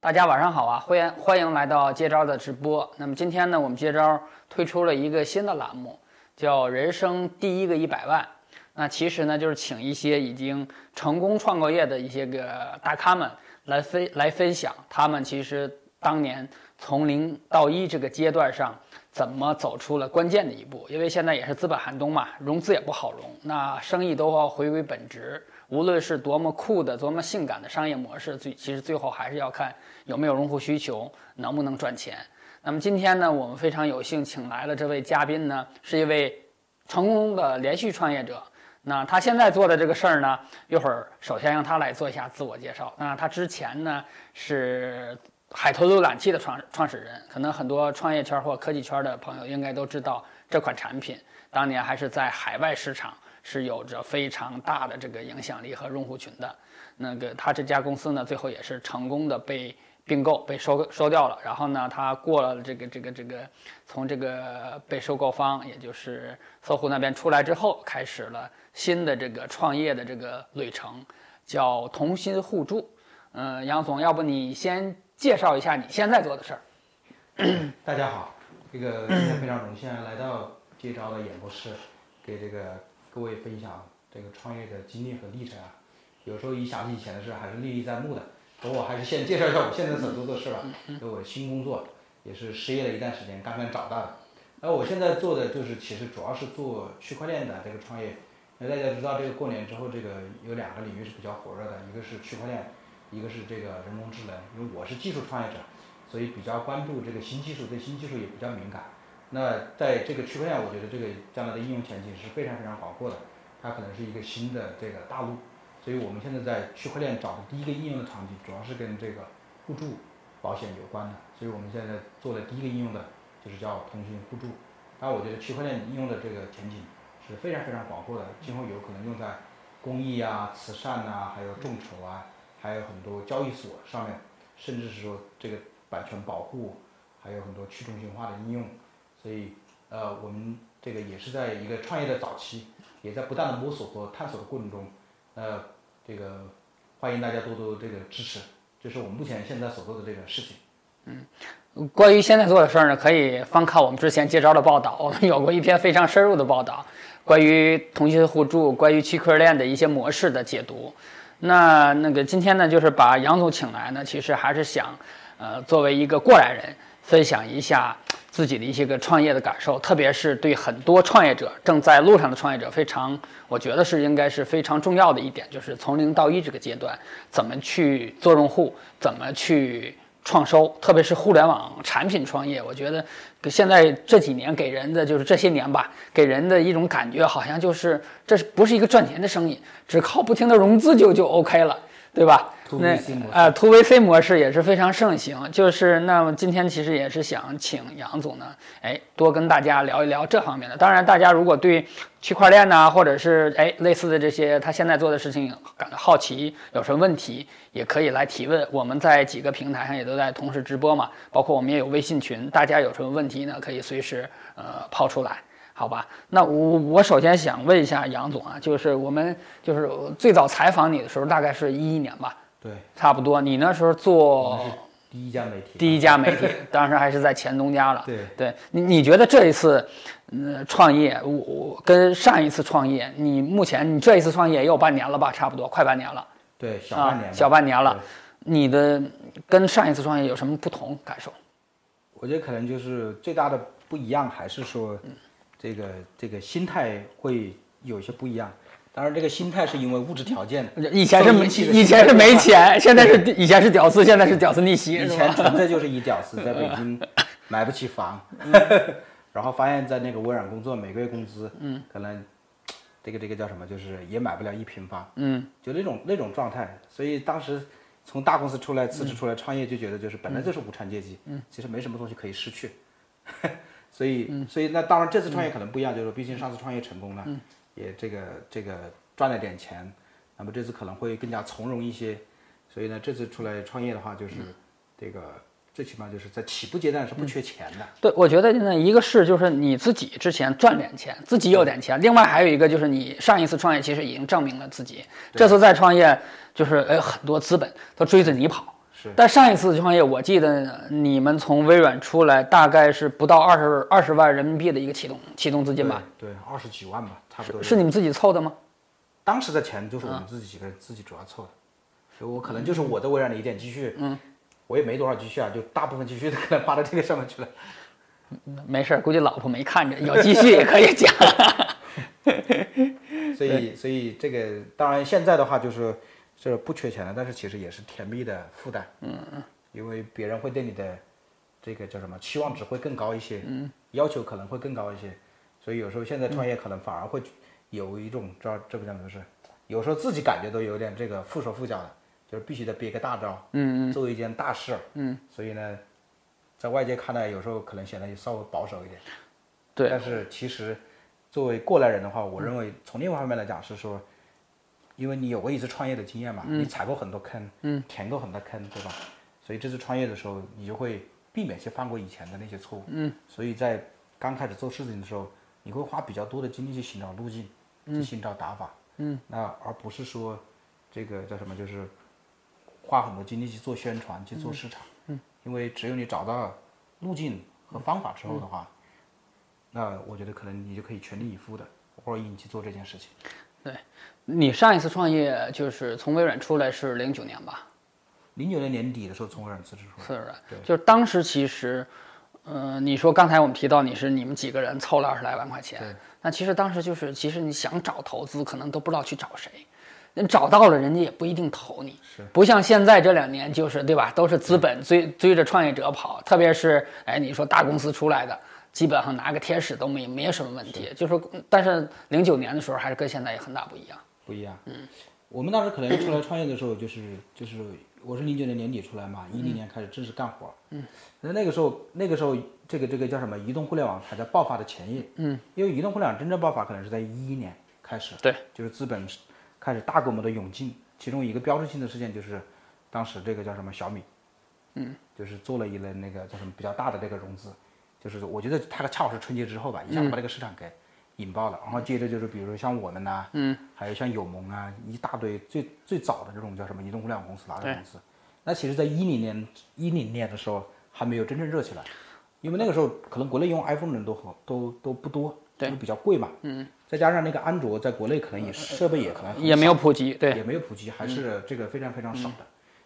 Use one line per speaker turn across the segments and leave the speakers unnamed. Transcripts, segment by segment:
大家晚上好啊，欢迎欢迎来到接招的直播。那么今天呢，我们接招推出了一个新的栏目，叫“人生第一个一百万”。那其实呢，就是请一些已经成功创过业的一些个大咖们来分来分享，他们其实当年从零到一这个阶段上怎么走出了关键的一步。因为现在也是资本寒冬嘛，融资也不好融，那生意都要回归本职。无论是多么酷的、多么性感的商业模式，最其实最后还是要看有没有用户需求，能不能赚钱。那么今天呢，我们非常有幸请来了这位嘉宾呢，是一位成功的连续创业者。那他现在做的这个事儿呢，一会儿首先让他来做一下自我介绍。那他之前呢是海投浏览器的创创始人，可能很多创业圈或科技圈的朋友应该都知道这款产品，当年还是在海外市场是有着非常大的这个影响力和用户群的。那个他这家公司呢，最后也是成功的被并购、被收收掉了。然后呢，他过了这个这个这个，从这个被收购方，也就是搜狐那边出来之后，开始了新的这个创业的这个旅程，叫同心互助。嗯，杨总，要不你先介绍一下你现在做的事儿？
大家好，这个今天非常荣幸啊来到接招的演播室，给这个各位分享这个创业的经历和历程啊。有时候一想起以前的事，还是历历在目的。等我还是先介绍一下我现在所做的事吧。就我新工作，也是失业了一段时间，刚刚找到的。而我现在做的就是，其实主要是做区块链的这个创业。因为大家知道，这个过年之后，这个有两个领域是比较火热的，一个是区块链，一个是这个人工智能。因为我是技术创业者，所以比较关注这个新技术，对新技术也比较敏感。那在这个区块链，我觉得这个将来的应用前景是非常非常广阔的，它可能是一个新的这个大陆。所以我们现在在区块链找的第一个应用的场景，主要是跟这个互助保险有关的。所以我们现在做的第一个应用的就是叫通信互助。但我觉得区块链应用的这个前景是非常非常广阔的，今后有可能用在公益啊、慈善呐、还有众筹啊，还有很多交易所上面，甚至是说这个版权保护，还有很多去中心化的应用。所以，呃，我们这个也是在一个创业的早期，也在不断的摸索和探索的过程中，呃，这个欢迎大家多多这个支持，这是我目前现在所做的这个事情。
关于现在做的事儿呢，可以翻看我们之前接招的报道， 我们有过一篇非常深入的报道，关于同心互助、关于区块链的一些模式的解读。那那个今天呢，就是把杨总请来呢，其实还是想，呃，作为一个过来人，分享一下自己的一些个创业的感受，特别是对很多创业者正在路上的创业者，非常我觉得是应该是非常重要的一点，就是从零到一这个阶段，怎么去做用户，怎么去。创收，特别是互联网产品创业，我觉得给现在这几年给人的就是这些年吧，给人的一种感觉好像就是这是不是一个赚钱的生意，只靠不停的融资就就 OK 了，对吧？
To
那
VC 模式
呃，图 VC 模式也是非常盛行。就是那么今天其实也是想请杨总呢，哎，多跟大家聊一聊这方面的。当然，大家如果对区块链呐、或者是哎类似的这些他现在做的事情感到好奇，有什么问题也可以来提问。我们在几个平台上也都在同时直播嘛，包括我们也有微信群，大家有什么问题呢，可以随时呃抛出来。好吧，那我我首先想问一下杨总啊，就是我们就是我最早采访你的时候，大概是一一年吧，
对，
差不多。你那时候
我
做
们是第一家媒体。
第一家媒体， 当时还是在前东家了。
对
对你你觉得这一次，嗯，创业，我我跟上一次创业，你目前你这一次创业也有半年了吧，差不多快半年了，
对，小半年、
啊，小半年了。你的跟上一次创业有什么不同感受？
我觉得可能就是最大的不一样，还是说这个这个心态会有一些不一样。当然，这个心态是因为物质条件的，
以前是
受
没
引起的
以前是没钱，现在是以前是屌丝，现在是屌丝逆袭，
以
是
前
吧？
纯粹就是一屌 丝，在北京买不起房， 然后发现在那个微软工作，每个月工资，嗯，可能这个这个叫什么，就是也买不了一平方，嗯，就那种那种状态。所以当时从大公司出来辞职出来创业，就觉得就是本来就是无产阶级，嗯，其实没什么东西可以失去， 所以所以那当然这次创业可能不一样，就是毕竟上次创业成功了，也这个这个赚了点钱，那么这次可能会更加从容一些。所以呢，这次出来创业的话，就是这个最起码就是在起步阶段是不
嗯
缺钱的。
对，我觉得呢，一个是就是你自己之前赚点钱，自己有点钱；，另外还有一个就是你上一次创业其实已经证明了自己，这次再创业就是哎很多资本都追着你跑。
是
但上一次创业，我记得你们从微软出来大概是不到二十二十万人民币的一个启动启动资金吧？
对，对，二十几万吧，差不多。
是你们嗯自己凑的吗？
当时的钱就是我们自己几个人自己主要凑的，所以我可能就是
嗯
我的微软的一点积蓄，嗯，我也没多少积蓄啊，就大部分积蓄都可能花到这个上面去了。
没事儿，估计老婆没看着，有积蓄也可以讲。
所以，所以这个当然现在的话就是是不缺钱了，但是其实也是甜蜜的负担，嗯，因为别人会对你的这个叫什么期望值会更高一些，嗯，要求可能会更高一些，所以有时候现在创业可能反而会有一种这这个叫什么是，有时候自己感觉都有点这个束手束脚的，就是必须得憋个大招，嗯嗯，做一件大事，嗯，所以呢，在外界看来有时候可能显得稍微保守一点，
对
但是其实作为过来人的话，我认为从另外一方面来讲是说，因为你有过一次创业的经验嘛，你踩过很多坑，嗯，填过很多坑，对吧？所以这次创业的时候，你就会避免去犯过以前的那些错误，嗯，所以在刚开始做事情的时候，你会花比较多的精力去寻找路径，去寻找打法，嗯，那而不是说这个叫什么，就是花很多精力去做宣传，去做市场，嗯，因为只有你找到路径和方法之后的话。那我觉得可能你就可以全力以赴的，或者一起做这件事情。
你上一次创业就是从微软出来是零九年吧？
零九年年底的时候从微软辞职出来，
是不是？就是当时其实，呃，你说刚才我们提到你是你们几个人凑了二十来万块钱，那其实当时就是，其实你想找投资，可能都不知道去找谁。那找到了，人家也不一定投你，不像现在这两年就是对吧，都是资本追追着创业者跑，特别是哎，你说大公司出来的，基本上拿个天使都没没有什么问题。就是，但是零九年的时候还是跟现在也很大不一样。
不一样。嗯，我们当时可能出来创业的时候，就是就是我是零九年年底出来嘛，一零年开始正式干活。嗯，那那个时候那个时候这个这个叫什么？移动互联网还在爆发的前夜。嗯，因为移动互联网真正爆发可能是在一一年开始。
对，
就是资本开始大规模的涌进，其中一个标志性的事件就是当时这个叫什么小米，嗯，就是做了一轮那个叫什么比较大的这个融资，就是我觉得它恰好是春节之后吧，一下子把这个市场给引爆了，然后接着就是比如说像我们呐、嗯，还有像友盟啊，一大堆最最早的这种叫什么移动互联网公司拿的公司，那其实在一零年一零年的时候还没有真正热起来，因为那个时候可能国内用 iPhone 的人都很都都不多，对，比较贵嘛，嗯，呃再加上那个安卓在国内可能也设备也可能很
也没有普及，对，嗯
也没有普及，还是这个非常非常少的。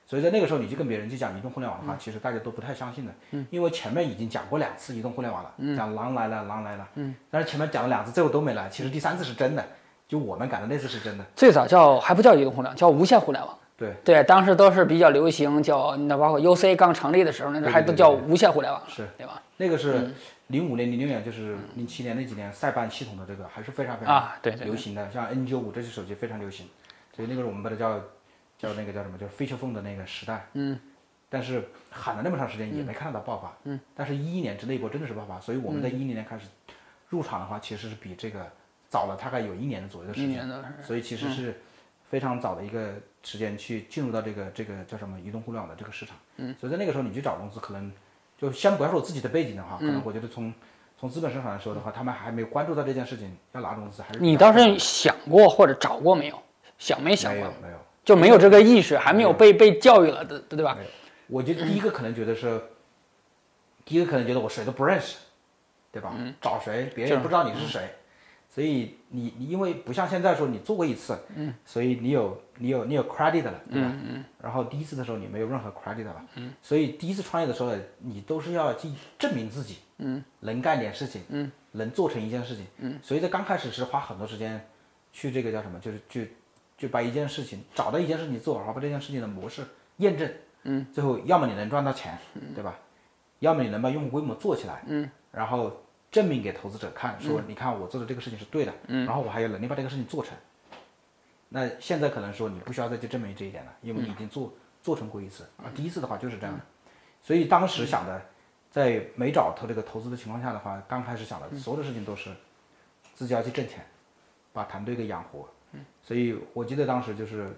所以在那个时候，你去跟别人去讲移动互联网
嗯
的话，其实大家都不太相信的，因为前面已经讲过两次移动互联网了，
嗯
讲狼来了，狼来了，但是前面讲了两次，最后都没来，其实第三次是真的，就我们感觉那次是真的，
最早叫还不叫移动互联网，叫无线互联网。
对
对，当时都是比较流行叫，那包括 UC 刚成立的时候，那
对
还
对
都
对
叫无线互联网了，
是
对吧？嗯
那个是零五年、零六年，就是零七年那几年，塞班系统的这个还是非常非常
啊，对对
流行的，像 N 9 5这些手机非常流行，所以那个时候我们把它叫叫那个叫什么，就是 feature phone 的那个时代。嗯。但是喊了那么长时间也没看到爆发。嗯。但是，一一年之内国真的是爆发，所以我们在
嗯
一零年开始入场的话，其实是比这个早了大概有一年左右的时
一
间。
年都是。
所以其
嗯
实是非常早的一个时间去进入到这个这个叫什么移动互联网的这个市场。嗯，所以在那个时候你去找融资，可能就先不要说我自己的背景的话，可
嗯
能我觉得从从资本市场来说的话，他们还没有关注到这件事情，要拿融资还是
你倒是想过或者找过没有？想没想
没
过
有？没有。
就没有这个意识，还没有被被教育了的，对吧？
我觉得第一个可能觉得是，第一个可能觉得我谁都不认识，对吧？找谁别人也不知道嗯你是谁，所以你你因为不像现在说你做过一次，嗯，所以你有你有你有 credit 了，对吧？嗯然后第一次的时候你没有任何 credit 了，嗯，所以第一次创业的时候你都是要去证明自己，嗯，能干点事情，嗯，能做成一件事情，嗯，所以在刚开始是花很多时间去这个叫什么，就是去就把一件事情找到一件事情做，然后把这件事情的模式验证。嗯，最后要么你能赚到钱，对吧？要么你能把用户规模做起来，嗯，然后证明给投资者看，说你看我做的这个事情是对的，嗯，然后我还有能力把这个事情做成。那现在可能说你不需要再去证明这一点了，因为你已经做做成过一次啊，第一次的话就是这样的。所以当时想的，在没找投这个投资的情况下的话，刚开始想的所有的事情都是自己要去挣钱，把团队给养活。所以我记得当时就是，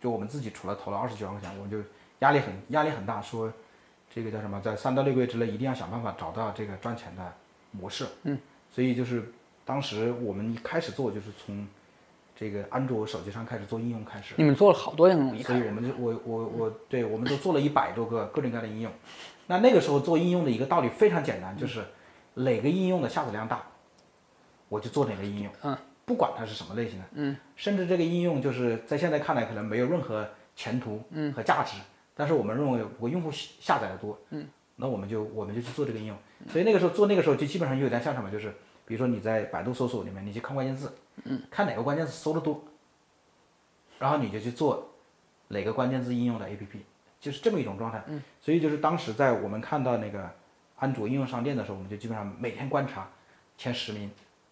就我们自己除了投了二十九万块钱，我们就压力很压力很大，说这个叫什么，在三到六个月之内一定要想办法找到这个赚钱的模式。嗯，所以就是当时我们一开始做就是从这个安卓手机上开始做应用开始。
你们做了好多应用，一
所以
看
我们就我我我对我们都做了一百多个各种各样的应用。那那个时候做应用的一个道理非常简单，就是哪个应用的下载量大，我就做哪个应用。
嗯，
不管它是什么类型的。嗯，甚至这个应用就是在现在看来可能没有任何前途和价值，但是我们认为我用户下载的多，嗯，那我们就我们就去做这个应用。所以那个时候做那个时候就基本上有点像什么，就是比如说你在百度搜索里面你去看关键字，嗯，看哪个关键字搜的多，然后你就去做哪个关键字应用的 APP，就是这么一种状态。嗯，所以就是当时在我们看到那个安卓应用商店的时候，我们就基本上每天观察前十名，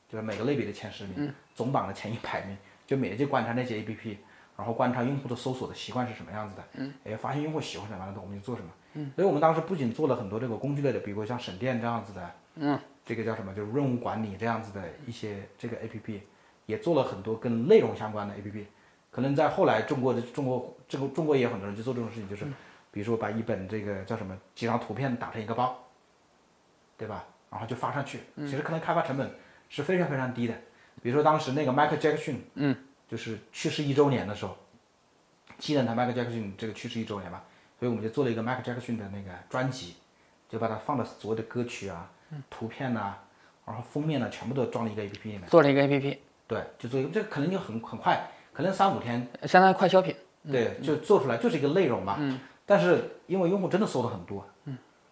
就是每个类别的前十名，总榜的前一百名，就每天去观察那些 APP，然后观察用户的搜索的习惯是什么样子的。嗯，哎，发现用户喜欢什么样的，我们就做什么。嗯，所以我们当时不仅做了很多这个工具类的，比如像省电这样子的，嗯，这个叫什么，就是任务管理这样子的一些这个 APP，也做了很多跟内容相关的 APP。可能在后来中国的中国这个中国也有很多人去做这种事情，就是比如说把一本这个叫什么几张图片打成一个包，对吧？然后就发上去，其实可能开发成本是非常非常低的。比如说当时那个迈克尔·杰克逊，嗯，就是去世一周年的时候，纪念他迈克尔·杰克逊这个去世一周年嘛，所以我们就做了一个迈克尔·杰克逊的那个专辑，就把它放的所有的歌曲啊、图片呐、然后封面呢、全部都装了一个 APP 里面。
做了一个 APP，
对，就做一个，这可能就很很快，可能三五天
相当于快消品。
对，就做出来就是一个内容嘛。但是因为用户真的搜的很多，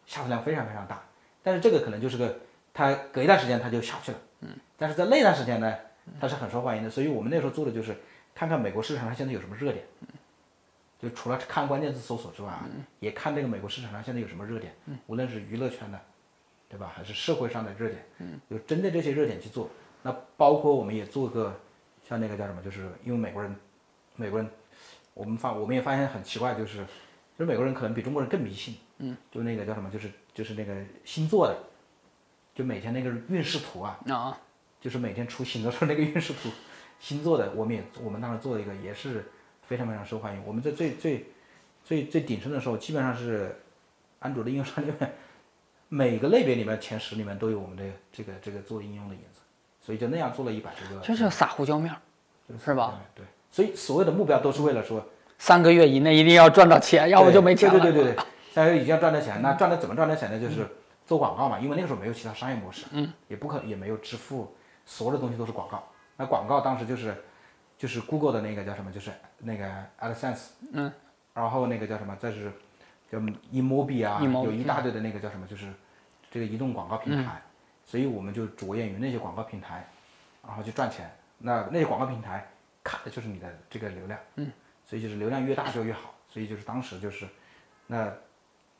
下载量非常非常大。但是这个可能就是个，它隔一段时间它就下去了。但是在那段时间呢，它是很受欢迎的。所以我们那时候做的就是看看美国市场上现在有什么热点，就除了看关键字搜索之外啊，也看这个美国市场上现在有什么热点，无论是娱乐圈的，对吧，还是社会上的热点，就针对这些热点去做。那包括我们也做个像那个叫什么，就是因为美国人，美国人。我们发我们也发现很奇怪，就是就是美国人可能比中国人更迷信，嗯，就那个叫什么，就是就是那个星座的，就每天那个运势图啊，
啊，
就是每天出行的时候那个运势图，星座的，我们也我们当时做了一个，也是非常非常受欢迎。我们在最最最最鼎盛的时候，基本上是安卓的应用商店里面每个类别里面前十里面都有我们的这个这个做应用的影子，所以就那样做了一百多个，
这就撒胡椒面儿，是吧？
对，所以所有的目标都是为了说。
三个月以内一定要赚到钱， 要不就没钱了。嗯
对对对对对，但是已经要赚到钱，那赚的怎么赚到钱呢？就是做广告嘛，因为那个时候没有其他商业模式，嗯，也不可也没有支付，所有的东西都是广告。那广告当时就是就是 Google 的那个叫什么，就是那个 AdSense，嗯，然后那个叫什么，再是叫 Emobi 啊，
Emobi，
有一大堆的那个叫什么，就是这个移动广告平台，所以我们就着眼于那些广告平台，然后去赚钱。那那些广告平台看的就是你的这个流量，嗯，所以就是流量越大就越好。所以就是当时就是，那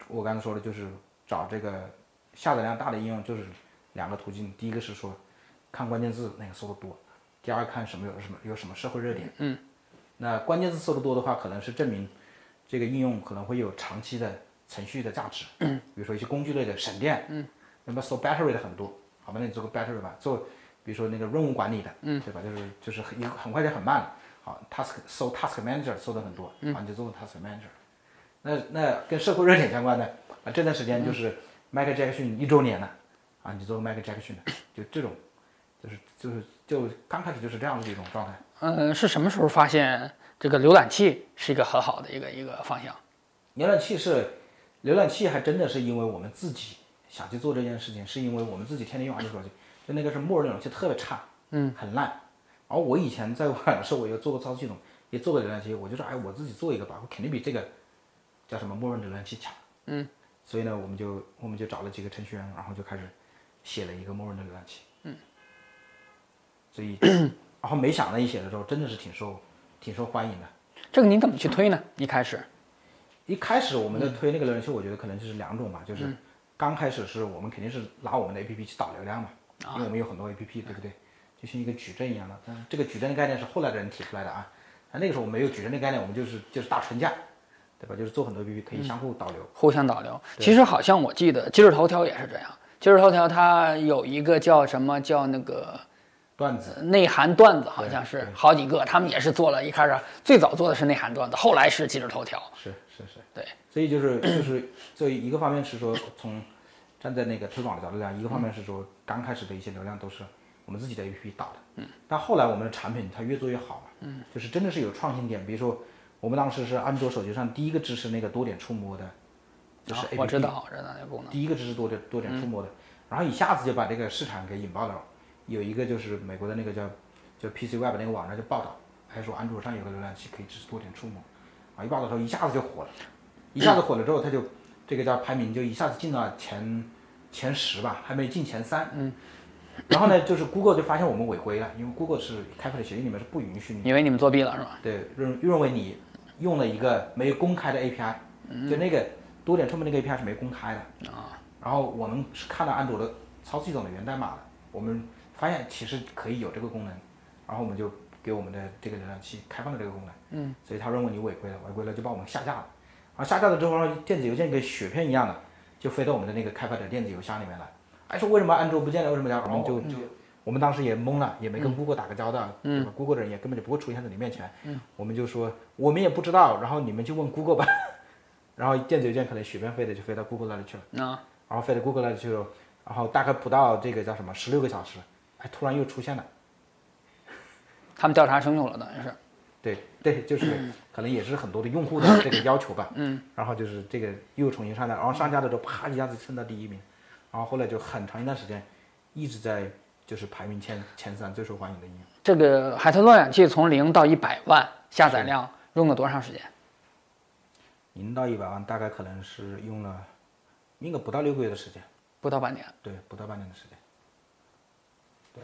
我刚才说的就是找这个下载量大的应用，就是两个途径，第一个是说看关键字那个搜的多，第二看什么有什么有什么社会热点，嗯，那关键字搜的多的话，可能是证明这个应用可能会有长期的程序的价值，嗯，比如说一些工具类的省电，嗯，那么搜 battery 的很多，好吧，那你做个 battery 吧，做比如说那个任务管理的，嗯，对吧？就是就是很很快就很慢了，好，task 搜 task manager 搜的很多，嗯，你就做个 task manager。那那跟社会热点相关的啊，这段时间就是迈克尔·杰克逊一周年了，啊，你做个迈克尔·杰克逊的，就这种，就是就是就刚开始就是这样的一种状态。
嗯，是什么时候发现这个浏览器是一个很好的一个一个方向？
浏览器是浏览器，还真的是因为我们自己想去做这件事情，是因为我们自己天天用安卓手机，就那个是默认浏览器特别差，嗯，很烂。然后我以前在玩的时候，我也做过操作系统，也做过浏览器，我就说，哎，我自己做一个吧，我肯定比这个叫什么默认浏览器强，嗯。所以呢，我们就我们就找了几个程序员，然后就开始写了一个默认的浏览器，嗯。所以，然后没想到一写的时候，真的是挺受挺受欢迎的。
这个你怎么去推呢？一开始，
一开始我们在推那个浏览器，我觉得可能就是两种吧，就是刚开始是我们肯定是拿我们的 APP 去导流量嘛，因为我们有很多 APP，对不对？就像一个矩阵一样的，但是这个矩阵的概念是后来的人提出来的啊。那那个时候我们没有矩阵的概念，我们就是就是大纯架，对吧？就是做很多 APP 可以相互导流。
互相导流。其实好像我记得今日头条也是这样，今日头条它有一个叫什么叫那个呃
段子，
内涵段子，好像是好几个，他们也是做了一开始最早做的是内涵段子，后来是今日头条。
是是是，
对，
所以就是 就是，所以一个方面是说从站在那个推广的角度来讲，一个方面是说刚开始的一些流量都是我们自己的 APP 导的。嗯。但后来我们的产品它越做越好嘛，嗯，就是真的是有创新点，比如说我们当时是安卓手机上第一个支持那个多点触摸的，就是 APP，、
啊我知道，我知道那功能。
第一个支持多点多点触摸的，然后一下子就把这个市场给引爆了。有一个就是美国的那个叫叫 PC Web 那个网站就报道，还说安卓上有个浏览器可以支持多点触摸，啊，一报道之后一下子就火了，一下子火了之后，它就这个叫排名就一下子进到前前十吧，还没进前三。嗯。然后呢，就是 Google 就发现我们违规了，因为 Google 是开发者协议里面是不允许你
以为你们作弊了是吧？
对认认为你用了一个没有公开的 API，、就那个多点触摸那个 API 是没公开的。然后我们是看到安卓的操作系统的源代码了，我们发现其实可以有这个功能，然后我们就给我们的这个浏览器开放了这个功能。嗯，所以他认为你违规了，违规了就把我们下架了。然后下架了之后，电子邮件跟雪片一样的就飞到我们的那个开发者电子邮箱里面来。哎，说为什么安卓不见了？为什么呀？我们就就我们当时也懵了，也没跟 Google 打个交道，对吧？Google 的人也根本就不会出现在你面前。嗯，我们就说我们也不知道，然后你们就问 Google 吧。 然后电子邮件可能雪片飞的就飞到 Google 那里去了。
那
然后飞到 Google 那里去了，然后大概不到这个叫什么十六个小时，哎，突然又出现了，
他们调查清楚了，等于是。
对对，就是 可能也是很多的用户的这个要求吧，嗯，然后就是这个又重新上架，然后上架的时候啪一下子蹭到第一名，然后后来就很长一段时间一直在就是排名前前三最受欢迎的应用，
这个海豚浏览器从零到一百万下载量用了多长时间？
零到一百万大概可能是用了应该不到六个月的时间。
不到半年。
对，不到半年的时间。对，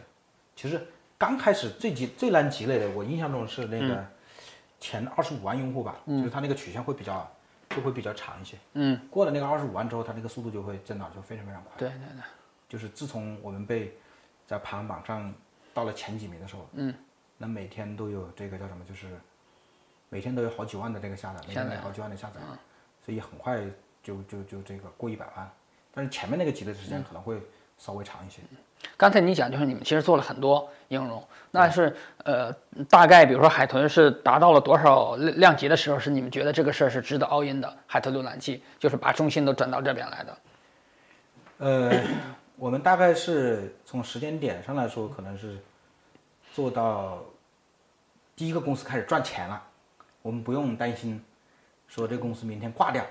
其实刚开始最积最难积累的，我印象中是那个
嗯
前二十五万用户吧，就是它那个曲线会比较就会比较长一些。
嗯，
过了那个二十五万之后，它那个速度就会增长就非常非常快。
对对对，
就是自从我们被在排行榜上到了前几名的时候，嗯，那每天都有这个叫什么，就是每天都有好几万的这个下载，每天都有好几万的下载，
嗯
所以很快就就就这个过一百万。但是前面那个积累的时间可能会稍微长一些。
刚才你讲就是你们其实做了很多应用，
嗯
那是呃大概比如说海豚是达到了多少量量级的时候，是你们觉得这个事儿是值得 all in 的？海豚浏览器就是把重心都转到这边来的。
呃，我们大概是从时间点上来说，可能是做到第一个公司开始赚钱了，我们不用担心说这个公司明天挂掉，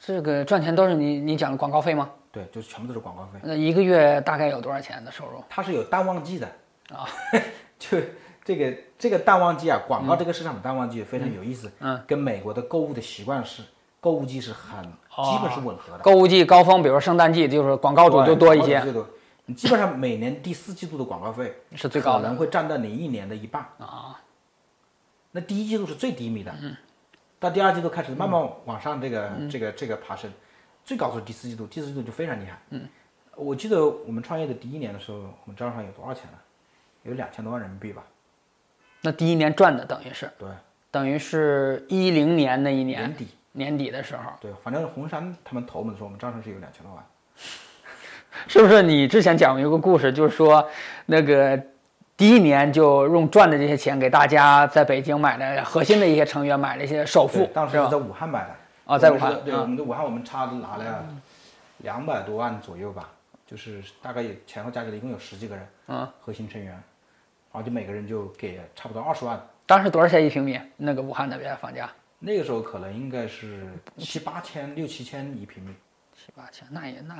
这个赚钱都是你你讲的广告费吗？
对，就是全部都是广告费。
那一个月大概有多少钱的收入？
它是有淡旺季的啊， 就这个这个淡旺季啊，广告这个市场的淡旺季非常有意思，嗯，跟美国的购物的习惯是购物季是很、基本是吻合的，
购物季高峰，比如说圣诞季，就是广告主就多一
对
些
广告主最多。你基本上每年第四季度的广告费
是最高
可
的
能会占到你一年的一半啊。那第一季度是最低迷的，
嗯
到第二季度开始慢慢往上这个、这个这个爬升，最高是第四季度，第四季度就非常厉害。嗯，我记得我们创业的第一年的时候，我们账上有多少钱呢？有两千多万人民币吧。
那第一年赚的等于是
对，
等于是一零年那一年
年底
年底的时候，
对，反正红杉他们投我们的时候，我们账上是有两千多万。
是不是你之前讲过一个故事，就是说那个第一年就用赚的这些钱给大家在北京买的核心的一些成员买了一些首付
对，当时
是
是
吧
在？武汉买的。
啊在
我们
武汉
是对，
嗯
我们在武汉，我们差拿了两百多万左右吧，就是大概有前后加起来一共有十几个人，
嗯，
核心成员，然后就每个人就给差不多二十万。
当时多少钱一平米？那个武汉那边房价
那个时候可能应该是七八千、六七千一平米，
七八千，那也那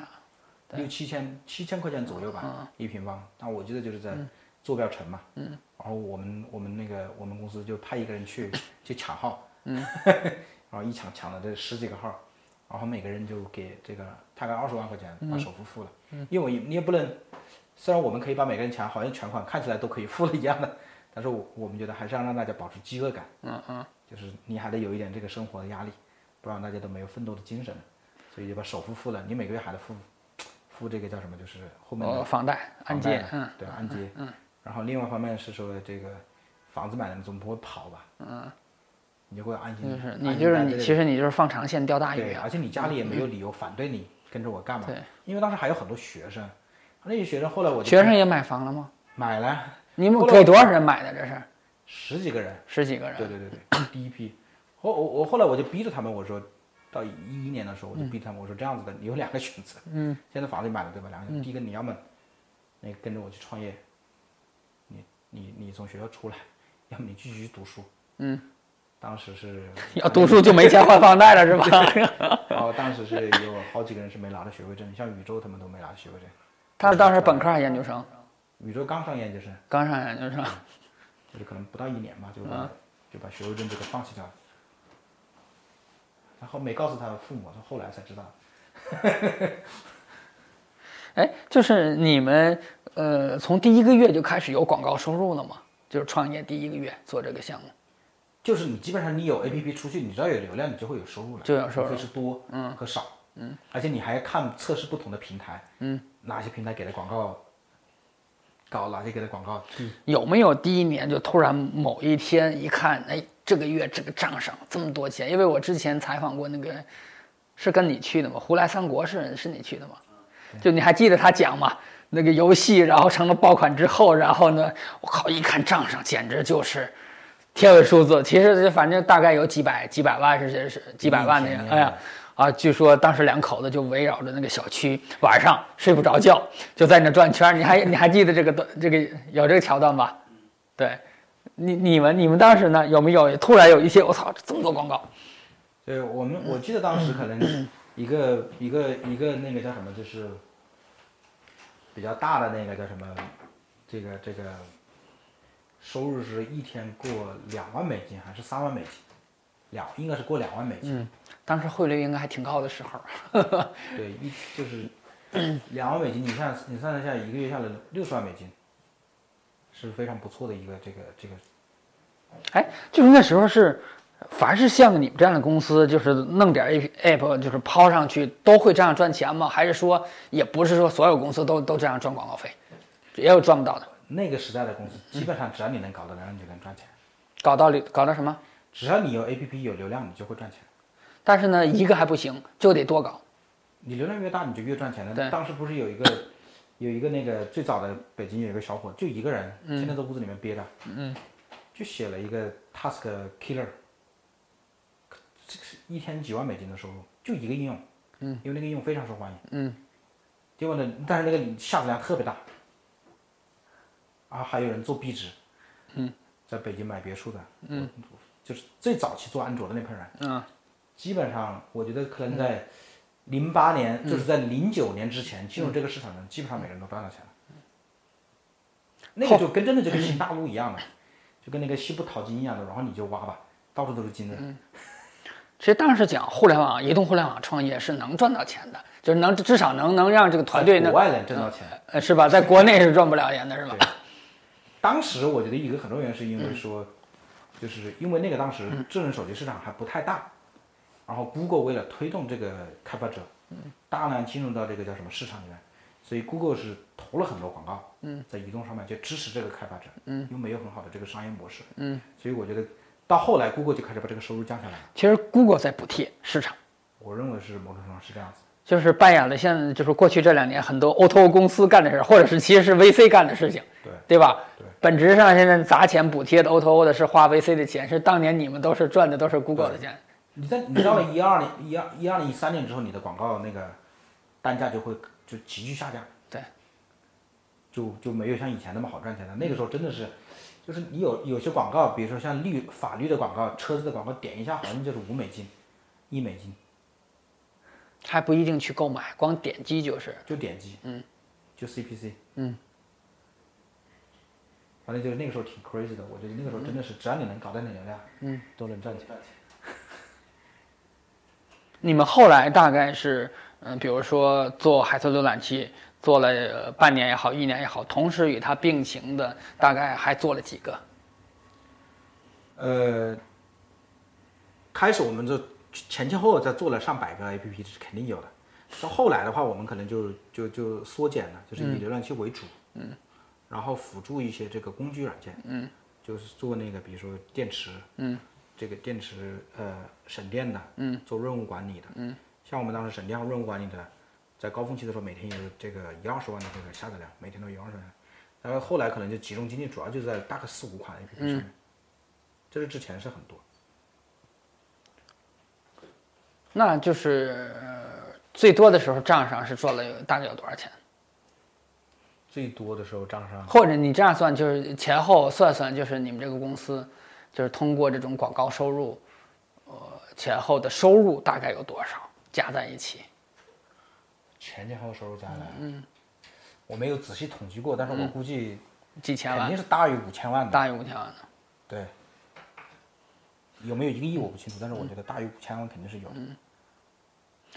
六七千、七千块钱左右吧，
啊
一平方。但我记得就是在
嗯
坐标城嘛，嗯，然后我们我们那个我们公司就派一个人 去去抢号，嗯， 然后一抢抢了这十几个号，然后每个人就给这个大概二十万块钱
嗯
把首付付了，因为我也你也不能，虽然我们可以把每个人抢，好像全款看起来都可以付了一样的， 但是我我们觉得还是要让大家保持饥饿感，
嗯嗯，
就是你还得有一点这个生活的压力，不然大家都没有奋斗的精神了，所以就把首付付了，你每个月还得付付这个叫什么，就是后面
呃
的
房贷按
房贷
揭
了，
嗯，
对，按揭，嗯，然后另外一方面是说这个房子买了总不会跑吧，嗯，你就会安心，
就是
安
你
心
就是
待
你，
在
其实你就是放长线钓大
对，
鱼啊
而。且你家里也没有理由反对你跟着我干嘛
对，
因为当时还有很多学生，那些学生后来我就
学生也买房了吗？
买 了
你们
后来
给
我
多少人买的？这是
十几个人。
十几个人。
对对对对，第一批。后我我后来我就逼着他们，我说到一一年的时候，我就
嗯
逼他们，我说这样子的，你有
嗯
两个选择。嗯。现在房子也买了对吧？两个选择，第一个你要么那个跟着我去创业，你你从学校出来，要么你继续读书。
嗯，
当时是
要读书就没钱还房贷了是吧？
然后哦当时是有好几个人是没拿到学位证，像宇宙他们都没拿到学位证。
他是当时本科还是研究生？
宇宙刚上研究生，
刚上研究生。
就是可能不到一年吧，就把、
啊
就把学位证这个放弃掉了。然后没告诉他父母，他后来才知道。
哎，就是你们呃，从第一个月就开始有广告收入了吗？就是创业第一个月做这个项目，
就是你基本上你有 APP 出去，你只要有流量，你就会有收入了，
就有收入
无非是多嗯和少嗯，而且你还看测试不同的平台，嗯，哪些平台给的广告高，哪些给的广告低，
有没有第一年就突然某一天一看，哎，这个月这个账上这么多钱？因为我之前采访过那个，是跟你去的吗？胡来三国是是你去的吗？就你还记得他讲吗？那个游戏，然后成了爆款之后，然后呢，我靠，一看账上简直就是天文数字。其实反正大概有几百几百万是是是几百万那样
嗯，
哎呀。啊，据说当时两口子就围绕着那个小区，晚上睡不着觉，就在那转圈儿。你还你还记得这个段这个有这个桥段吧？对，你你们你们当时呢有没有突然有一些我操这么多广告？
所以我
嗯
们我记得当时可能一个一个一个那个叫什么，就是比较大的那个叫什么，这个这个收入是一天过两万美金还是三万美金，两应该是过两万美金，
当时汇率应该还挺高的时候，啊
对一就是两万美金，你看你算了一下，一个月下来六十万美金，是非常不错的一个这个这个
哎，就是那时候是，凡是像你们这样的公司，就是弄点 A app，就是抛上去，都会这样赚钱吗？还是说也不是说所有公司都都这样赚广告费，也有赚不到的？
那个时代的公司，基本上只要你能搞得量，你就能赚钱，
搞到里搞到什么？
只要你有 APP 有流量，你就会赚钱。
但是呢，一个还不行，就得多搞。
你流量越大，你就越赚钱
对
了。当时不是有一个有一个那个最早的北京有一个小伙，就一个人，天天在屋子里面憋着，嗯，就写了一个 Task Killer，这个是一天几万美金的收入，就一个应用，嗯，因为那个应用非常受欢迎，嗯，结果呢，但是那个下载量特别大，啊，还有人做壁纸，嗯，在北京买别墅的，嗯，就是最早期做安卓的那批人，
嗯，
基本上我觉得可能在零八年，
嗯
就是在零九年之前进入这个市场的人，基本上每个人都赚到钱了。那个就跟真的就跟新大陆一样的，就跟那个西部淘金一样的，然后你就挖吧，到处都是金子。
其实当时讲互联网、移动互联网创业是能赚到钱的，就是能至少能能让这个团队
在
呢
国，外能挣到钱。
呃，是吧？在国内是赚不了钱的，是吧？
当时我觉得一个很重要原因是因为说，就是因为那个当时智能手机市场还不太大，然后 Google 为了推动这个开发者，大量进入到这个叫什么市场里面，所以 Google 是投了很多广告，在移动上面去支持这个开发者，又没有很好的这个商业模式，所以我觉得到后来 Google 就开始把这个收入降下来了，
其实 Google 在补贴市场。
我认为是某种程度上是这样子。
就是扮演了现在就是过去这两年很多 O2O 公司干的事儿，或者是其实是 VC 干的事情，
对
对吧？
对
本质上现在砸钱补贴的 O2O 的是花 VC 的钱，是当年你们都是赚的都是 Google 的钱，
你在你到了一二年、一二一二年、一三年之后，你的广告那个单价就会就急剧下降，
对，
就就没有像以前那么好赚钱了。那个时候真的是，就是你有有些广告，比如说像律法律的广告、车子的广告，点一下好像就是五美金、一美金，
还不一定去购买，光点击就是。
就点击，嗯，就 CPC，嗯，反正就是那个时候挺 crazy 的。我觉得那个时候真的是，只要你能搞到点流量，嗯，都能赚钱。
你们后来大概是，嗯、比如说做海测浏览器，做了呃半年也好，一年也好，同时与它并行的大概还做了几个？
呃，开始我们这前前后后在做了上百个 APP 这是肯定有的，到后来的话，我们可能就就就缩减了，就是以浏览器为主，嗯，然后辅助一些这个工具软件，嗯，就是做那个比如说电池，嗯，这个电池呃省电的，嗯，做任务管理的，嗯，像我们当时省电和任务管理的，在高峰期的时候每天有这个一二十万的这个下载量，每天都有二十万，但是后来可能就集中精力主要就在大概四五款 APP 上面。这是之前是很多，
那就是、呃最多的时候账上是赚了有大概有多少钱？
最多的时候账上
或者你这样算，就是前后算算，就是你们这个公司，就是通过这种广告收入，呃，前后的收入大概有多少？加在一起，
全前后收入加起来，嗯，我没有仔细统计过，但是我估计
几千
肯
万
定，是大于五千万的。
大于五千万的。
对，有没有一个亿我不清楚，但是我觉得大于五千万肯定是有。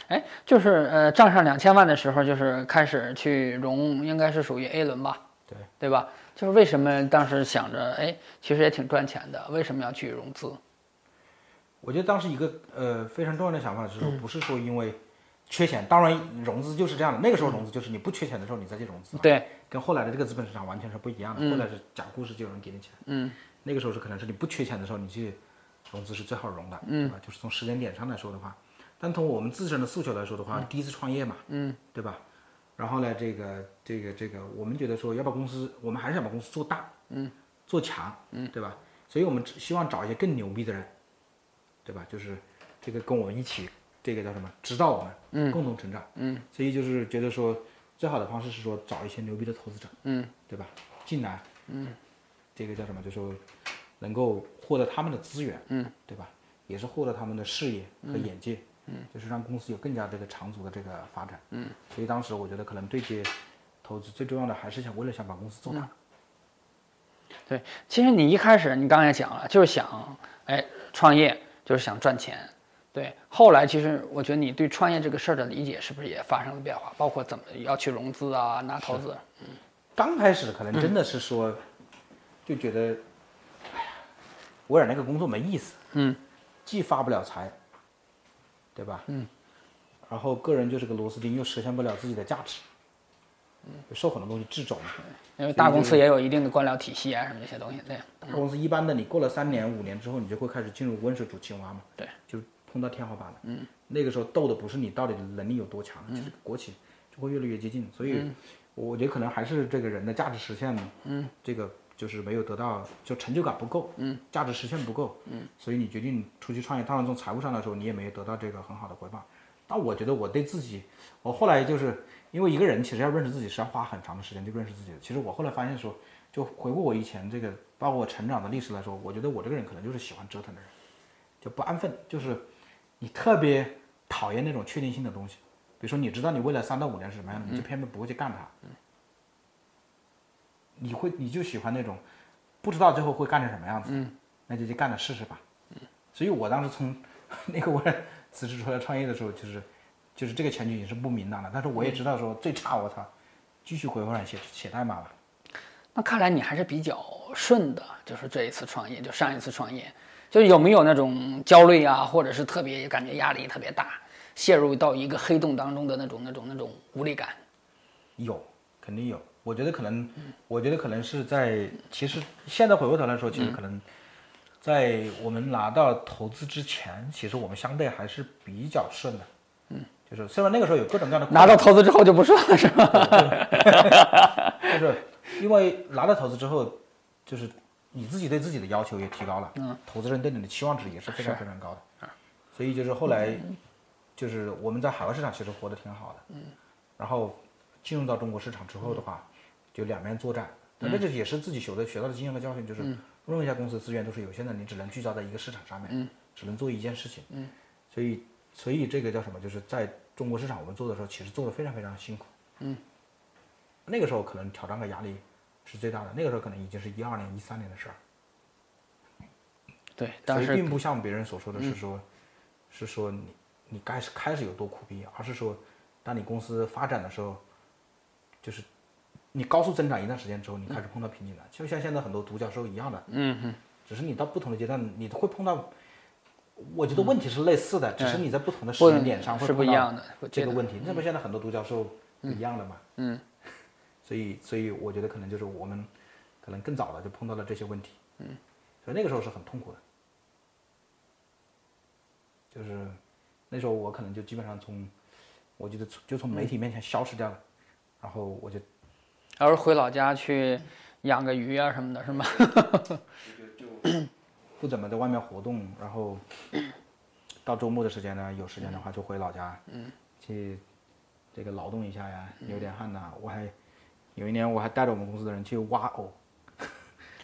哎，就是呃，账上两千万的时候，就是开始去融，应该是属于 A 轮吧？
对，
对吧？就是为什么当时想着，哎，其实也挺赚钱的，为什么要去融资？
我觉得当时一个呃非常重要的想法是说，不是说因为缺钱，当然融资就是这样的，那个时候融资就是你不缺钱的时候你再去融资，
对，
跟后来的这个资本市场完全是不一样的。后来是讲故事就有人给你钱，
嗯，
那个时候是可能是你不缺钱的时候你去融资是最好融的，嗯，对吧？就是从时间点上来说的话，但从我们自身的诉求来说的话，第一次创业嘛，嗯，对吧？然后呢，这个这个这个，我们觉得说要把公司，我们还是想把公司做大，嗯，做强，嗯，对吧？所以我们只希望找一些更牛逼的人。对吧？就是这个跟我们一起，这个叫什么？指导我们，嗯，共同成长，嗯。所以就是觉得说，最好的方式是说找一些牛逼的投资者，嗯，对吧？进来，嗯，这个叫什么？就说能够获得他们的资源，嗯，对吧？也是获得他们的视野和眼界，嗯，就是让公司有更加这个长足的这个发展，嗯。所以当时我觉得可能对接投资最重要的还是想为了想把公司做大，
对，其实你一开始你刚才讲了，就是想哎创业，就是想赚钱。对，后来其实我觉得你对创业这个事儿的理解是不是也发生了变化？包括怎么要去融资啊，拿投资。
刚开始可能真的是说，就觉得，哎呀，微软那个工作没意思，
嗯，
既发不了财，对吧？嗯，然后个人就是个螺丝钉，又实现不了自己的价值，嗯，受很多东西掣肘。
因为大公司也有一定的官僚体系啊，什么这些东西。对，
大公司一般的，你过了三年五年之后，你就会开始进入温水煮青蛙嘛，
对，
就是碰到天花板了。嗯，那个时候斗的不是你到底能力有多强，就是国企就会越来越接近。所以，我觉得可能还是这个人的价值实现，嗯，这个就是没有得到，就成就感不够，嗯，价值实现不够，嗯，所以你决定出去创业。当然，从财务上来说，你也没有得到这个很好的回报。但我觉得我对自己，我后来就是因为一个人其实要认识自己是要花很长的时间去认识自己的。其实我后来发现说，就回顾我以前这个，包括我成长的历史来说，我觉得我这个人可能就是喜欢折腾的人，就不安分，就是你特别讨厌那种确定性的东西。比如说，你知道你未来三到五年是什么样的，你就偏偏不会去干它。你会，你就喜欢那种不知道最后会干成什么样子，那就去干了试试吧。所以我当时从 那个我辞职出来创业的时候，就是就是这个前景也是不明朗的，但是我也知道说最差我操，继续回微软写写代码吧。
那看来你还是比较顺的，就是这一次创业，就上一次创业，就有没有那种焦虑啊，或者是特别感觉压力特别大，陷入到一个黑洞当中的那种那种那种无力感？
有，肯定有。我觉得可能，我觉得可能是在，其实现在回过头来说，其实可能，在我们拿到投资之前，其实我们相对还是比较顺的。嗯，就是虽然那个时候有各种各样的困
拿
难
到投资之后就不顺了，是吧？
就是因为拿到投资之后，就是你自己对自己的要求也提高了，嗯，投资人对你的期望值也是啊非常非常高的，所以就是后来，就是我们在海外市场其实活得挺好的，嗯，嗯然后进入到中国市场之后的话，就两面作战，但这就是也是自己学的学到的经验和教训，就是任何一家公司资源都是有限的，你只能聚焦在一个市场上面，嗯，只能做一件事情，嗯，所以所以这个叫什么？就是在中国市场我们做的时候，其实做的非常非常辛苦。那个时候可能挑战和压力是最大的，那个时候可能已经是一二年、一三年的事儿，
对，
所
当
以
时
并不像别人所说的
嗯
是说，是说你你该是开始有多苦逼，而是说，当你公司发展的时候，就是你高速增长一段时间之后，你开始碰到瓶颈了，就像现在很多独角兽一样的，
嗯哼，
只是你到不同的阶段，你会碰到，我觉得问题是类似的，只是你在不同的
嗯
时
不
间点上会
是不
碰
一
到
样的，我觉
这
得
个问题。那不现在很多独角兽不一样了嘛？嗯，所以所以我觉得可能就是我们可能更早的就碰到了这些问题。嗯，所以那个时候是很痛苦的，就是那时候我可能就基本上从，我觉得从就从媒体面前消失掉了，然后我就
要是回老家去养个鱼啊什么的，是吗？
不怎么在外面活动，然后到周末的时间呢，有时间的话就回老家，嗯，去这个劳动一下呀，流点汗呐、我还有一年我还带着我们公司的人去挖藕，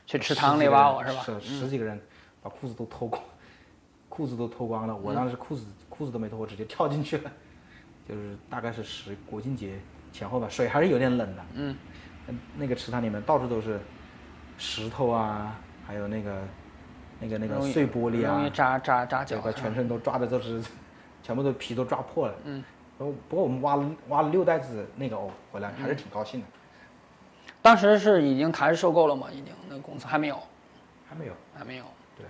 去池塘里挖藕是吧？
哦
嗯
是十几个人把裤子都脱光， 裤子都脱光了，我当时裤子裤子都没脱，我直接跳进去了。就是大概是十国庆节前后吧，水还是有点冷的。嗯，那个池塘里面到处都是石头啊，还有那个那个那个
容易
碎玻璃啊
容易，扎扎扎脚
整个
是吧。
全身都抓的都是， 全部都皮都抓破了。嗯，然后不过我们挖了挖了六袋子那个藕回来，还
嗯
是挺高兴的。
当时是已经谈收购了吗？已经那个公司还没有，
还没有，
还没有。哎
对，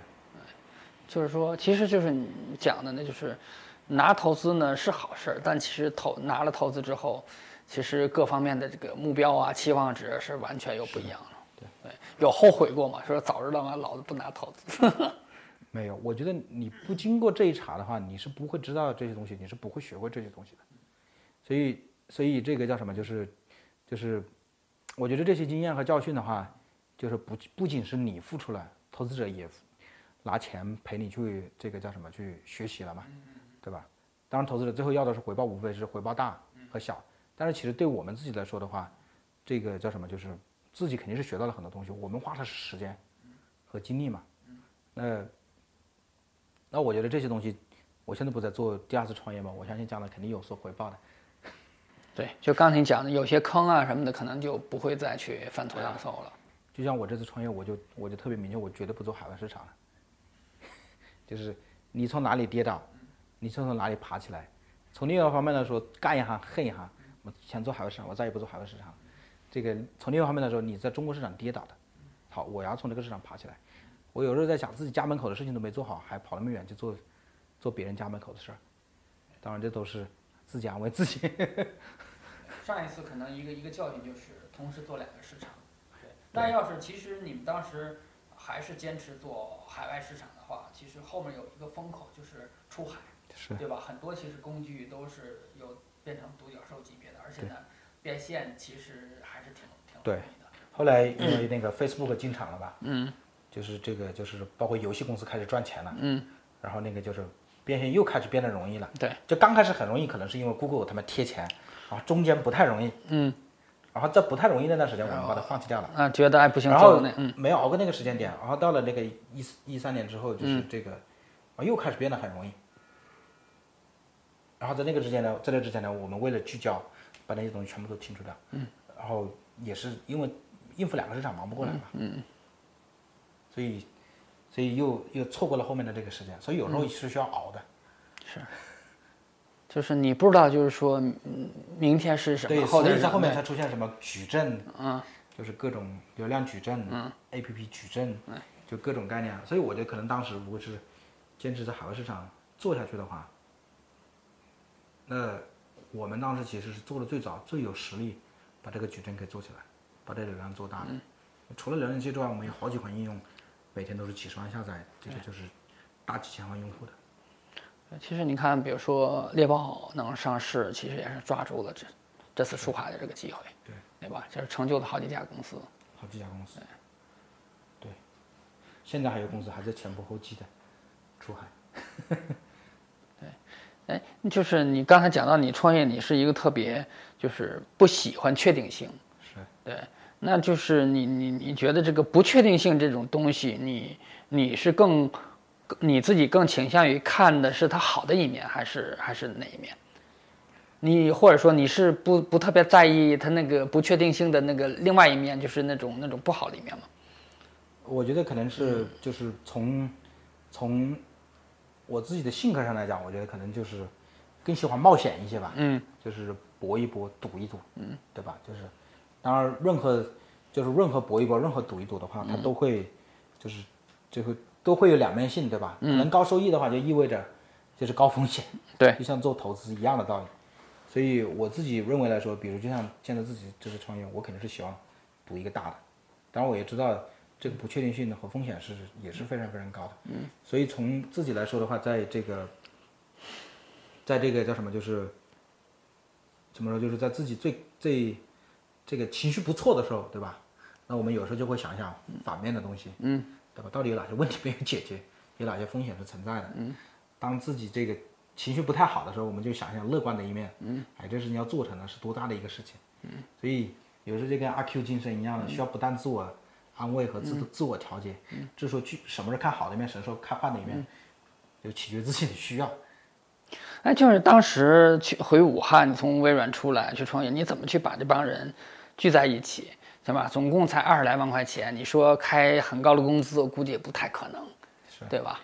就是说，其实就是你讲的呢，就是拿投资呢是好事儿，但其实投拿了投资之后，其实各方面的这个目标啊、期望值是完全又不一样了。对对，有后悔过吗？说早知道嘛，老子不拿投资。
没有。我觉得你不经过这一茬的话，你是不会知道这些东西，你是不会学会这些东西的。所以，所以这个叫什么？就是，就是，我觉得这些经验和教训的话，就是不不仅是你付出了，投资者也拿钱陪你去这个叫什么去学习了嘛，对吧？当然，投资者最后要的是回报，无非是回报大和小。但是其实对我们自己来说的话，这个叫什么？就是自己肯定是学到了很多东西，我们花的是时间和精力嘛。那那我觉得这些东西，我现在不在做第二次创业嘛，我相信将来肯定有所回报的。
对，就刚才你讲的，有些坑啊什么的，可能就不会再去犯错当受了。
就像我这次创业，我就我就特别明确，我绝对不做海外市场了。 就是你从哪里跌倒，你就从哪里爬起来。从另外一方面来说，干一行恨一行。我想做海外市场，我再也不做海外市场了。这个从另外一方面来说，你在中国市场跌倒的，好，我要从这个市场爬起来。我有时候在想，自己家门口的事情都没做好，还跑那么远去做做别人家门口的事儿。当然，这都是自己安慰自己。
上一次可能一个一个教训就是同时做两个市场，对。但要是其实你们当时还是坚持做海外市场的话，其实后面有一个风口就是出海，
是
对吧？很多其实工具都是有变成独角兽级别的，而且呢，变现其实还是挺挺
对
容易的。
后来因为那个 Facebook 进场了吧，
嗯，
就是这个就是包括游戏公司开始赚钱了，
嗯，
然后那个就是变现又开始变得容易了，
对，
就刚开始很容易，可能是因为 Google 他们贴钱，然后中间不太容易，
嗯，
然后在不太容易那段时间，我们把它放弃掉了。
啊，觉得哎不行，
然后
做那嗯，
没有熬过那个时间点，然后到了那个一四一三年之后，就是这个，啊又开始变得很容易。然后在那个之前呢，在这之前呢，我们为了聚焦，把那些东西全部都清除掉。嗯。然后也是因为应付两个市场忙不过来嘛。嗯。所以，所以又又错过了后面的这个时间，所以有时候是需要熬的。
就是你不知道，就是说嗯明天是什
对，
么，后
所
天
以
是
在
什
后
么
面才出现什么矩阵，嗯，就是各种流量矩阵，嗯，APP 矩阵，
嗯
就各种概念。所以我觉得可能当时如果是坚持在海外市场做下去的话，那我们当时其实是做的最早、最有实力，把这个矩阵给做起来，把这流量做大的。
嗯
除了流量器之外，我们有好几款应用，每天都是几十万下载，这个就是大几千万用户的。
呃其实你看，比如说猎豹能上市，其实也是抓住了这这次出海的这个机会，
对
对吧？就是成就了好几家公司。
好几家公司。对，现在还有公司还在前仆后继的出海。
哎，就是你刚才讲到你创业，你是一个特别就是不喜欢确定性，
是，
对，那就是你你你觉得这个不确定性这种东西，你你是更你自己更倾向于看的是它好的一面，还是还是哪一面？你或者说你是不不特别在意它那个不确定性的那个另外一面，就是那种那种不好的一面吗？
我觉得可能
嗯
是就是从从我自己的性格上来讲，我觉得可能就是更喜欢冒险一些吧。
嗯，
就是搏一搏，赌一赌。嗯，对吧？就是当然，任何就是任何搏一搏，任何赌一赌的话，它
嗯
都会就是最后都会有两面性，对吧？可能高收益的话，就意味着就是高风险。
嗯 对，
就像做投资一样的道理。所以我自己认为来说，比如就像现在自己这次创业，我肯定是希望赌一个大的。当然我也知道这个不确定性的和风险是也是非常非常高的。嗯。所以从自己来说的话，在这个，在这个叫什么，就是怎么说，就是在自己最最这个情绪不错的时候，对吧？那我们有时候就会想想反面的东西，嗯， 对吧？到底有哪些问题没有解决，有哪些风险是存在的？嗯，当自己这个情绪不太好的时候，我们就想想乐观的一面，嗯，哎，这事情要做成了是多大的一个事情，嗯，所以有有时候就跟阿 Q 精神一样的，需要不断自我安慰和自、自我调节。这时候去什么时候看好的一面，什么时候看坏的一面，就取决自己的需要。
哎，就是当时去回武汉，从微软出来去创业，你怎么去把这帮人聚在一起，对吧？总共才二十来万块钱，你说开很高的工资，我估计也不太可能，对吧？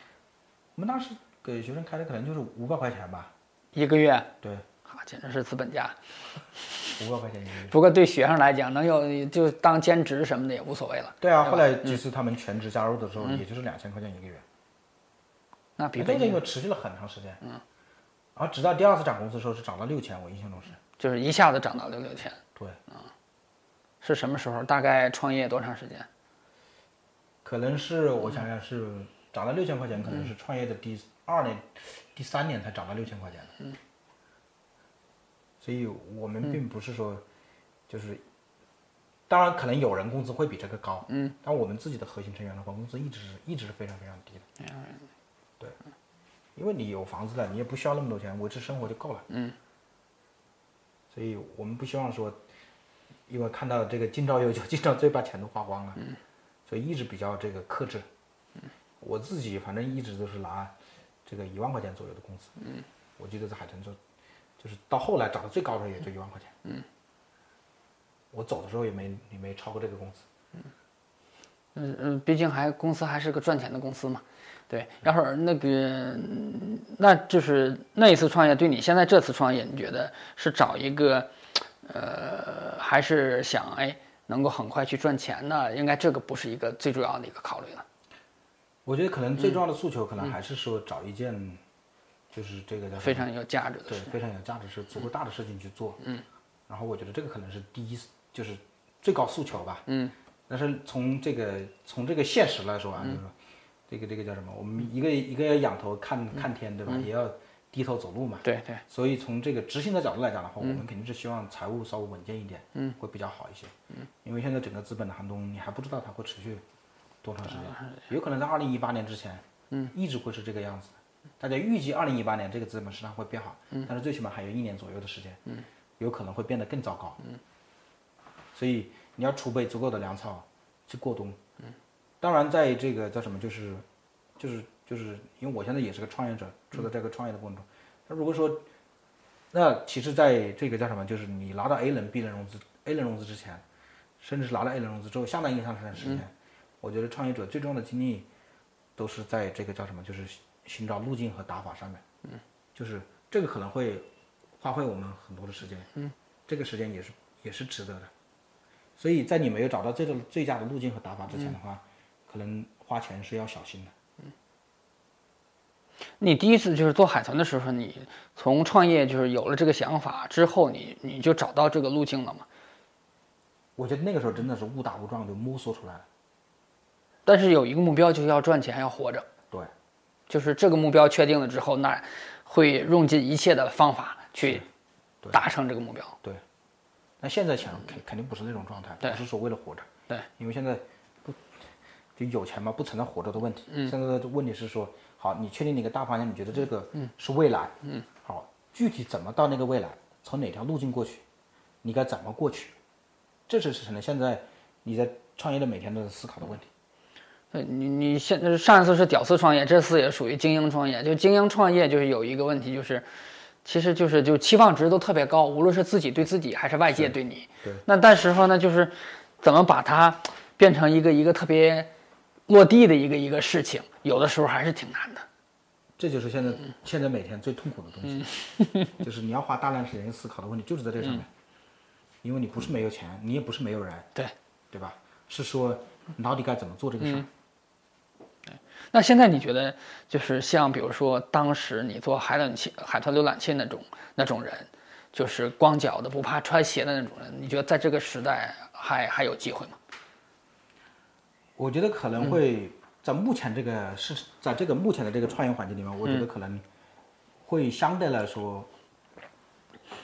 我们当时给学生开的可能就是五百块钱吧，
一个月，
对，
啊，简直是资本家。
五百块钱一个月。
不过对学生来讲，能有就当兼职什么的也无所谓了，
对啊，后来几次他们全职加入的时候，也就是两千块钱一个月。
那比
哎这
北
个
京
因为持续了很长时间，嗯，然后直到第二次涨工资的时候是涨到六千，我印象中是，
就是一下子涨到六六千，嗯
对，
是什么时候？大概创业多长时间？
可能是我想想是涨到六千块钱，可能是创业的第二年、第三年才涨到六千块钱的，嗯，所以我们并不是说就是，当然可能有人工资会比这个高，嗯，但我们自己的核心成员的话，工资一直是一直是非常非常低的，对，因为你有房子了，你也不需要那么多钱，维持生活就够了。嗯。所以我们不希望说，因为看到这个今朝有酒今朝醉，把钱都花光了。嗯。所以一直比较这个克制。我自己反正一直都是拿这个一万块钱左右的工资。嗯。我记得在海城就，就是到后来涨到最高的时候也就一万块钱。嗯。我走的时候也没也没超过这个工资。
嗯嗯，毕竟还公司还是个赚钱的公司嘛，对。然后那个，嗯那就是那一次创业，对你现在这次创业，你觉得是找一个，呃，还是想哎能够很快去赚钱呢？应该这个不是一个最主要的一个考虑了。
我觉得可能最重要的诉求，可能还是说找一件，就是这个叫什么
非常有价值的
对
事，，
非常有价值，是足够大的事情去做。嗯，然后我觉得这个可能是第一，就是最高诉求吧。嗯，但是从这个从这个现实来说
嗯
啊，就是说这个这个叫什么？我们一个一个要仰头看看天，对吧？也要低头走路嘛。
嗯对嗯对，
所以从这个执行的角度来讲的话，我们肯定是希望财务稍微稳健一点，嗯，会比较好一些。嗯，因为现在整个资本的寒冬，你还不知道它会持续多长时间，
啊
有可能在二零一八年之前，嗯，一直会是这个样子的。大家预计二零一八年这个资本市场会变好，嗯，但是最起码还有一年左右的时间，嗯，有可能会变得更糟糕，嗯。所以你要储备足够的粮草去过冬，嗯。当然，在这个叫什么，就是，就是就是因为我现在也是个创业者，处在这个创业的过程中，那如果说那其实，在这个叫什么，就是你拿到 A 轮、B 轮融资、A 轮融资之前，甚至是拿到 A 轮融资之后，相当于上段时间，我觉得创业者最重要的精力都是在这个叫什么，就是寻找路径和打法上面。嗯，就是这个可能会花费我们很多的时间。嗯，这个时间也是也是值得的。所以在你没有找到最的最佳的路径和打法之前的话，可能花钱是要小心的。
你第一次就是做海豚的时候，你从创业就是有了这个想法之后，你你就找到这个路径了嘛？
我觉得那个时候真的是误打误撞就摸索出来了。
但是有一个目标，就是要赚钱，要活着。
对。
就是这个目标确定了之后，那会用尽一切的方法去
对
达成这个目标。
对，那现在想肯肯定不是那种状态，
对
不是说为了活着，
对，
因为现在不就有钱嘛，不存在活着的问题。现在的问题是说，好，你确定了一个大方向，你觉得这个是未来，嗯，好，具体怎么到那个未来，从哪条路径过去，你该怎么过去，这是可能现在你在创业的每天都在思考的问题。
对呃你，你现在上一次是屌丝创业，这次也属于精英创业。就精英创业，就是有一个问题，就是，其实就是就期望值都特别高，无论是自己对自己还是外界对你。
对
那但是说呢，就是怎么把它变成一个一个特别落地的一个一个事情，有的时候还是挺难的。
这就是现在、现在每天最痛苦的东西，就是你要花大量时间思考的问题，就是在这上面，因为你不是没有钱，你也不是没有人，
对。
对吧？是说你到底该怎么做这个事儿？
那现在你觉得，就是像比如说当时你做海胆器、海豚浏览器那种那种人，就是光脚的不怕穿鞋的那种人，你觉得在这个时代还还有机会吗？
我觉得可能会在目前这个市，在这个目前的这个创业环境里面，我觉得可能会相对来说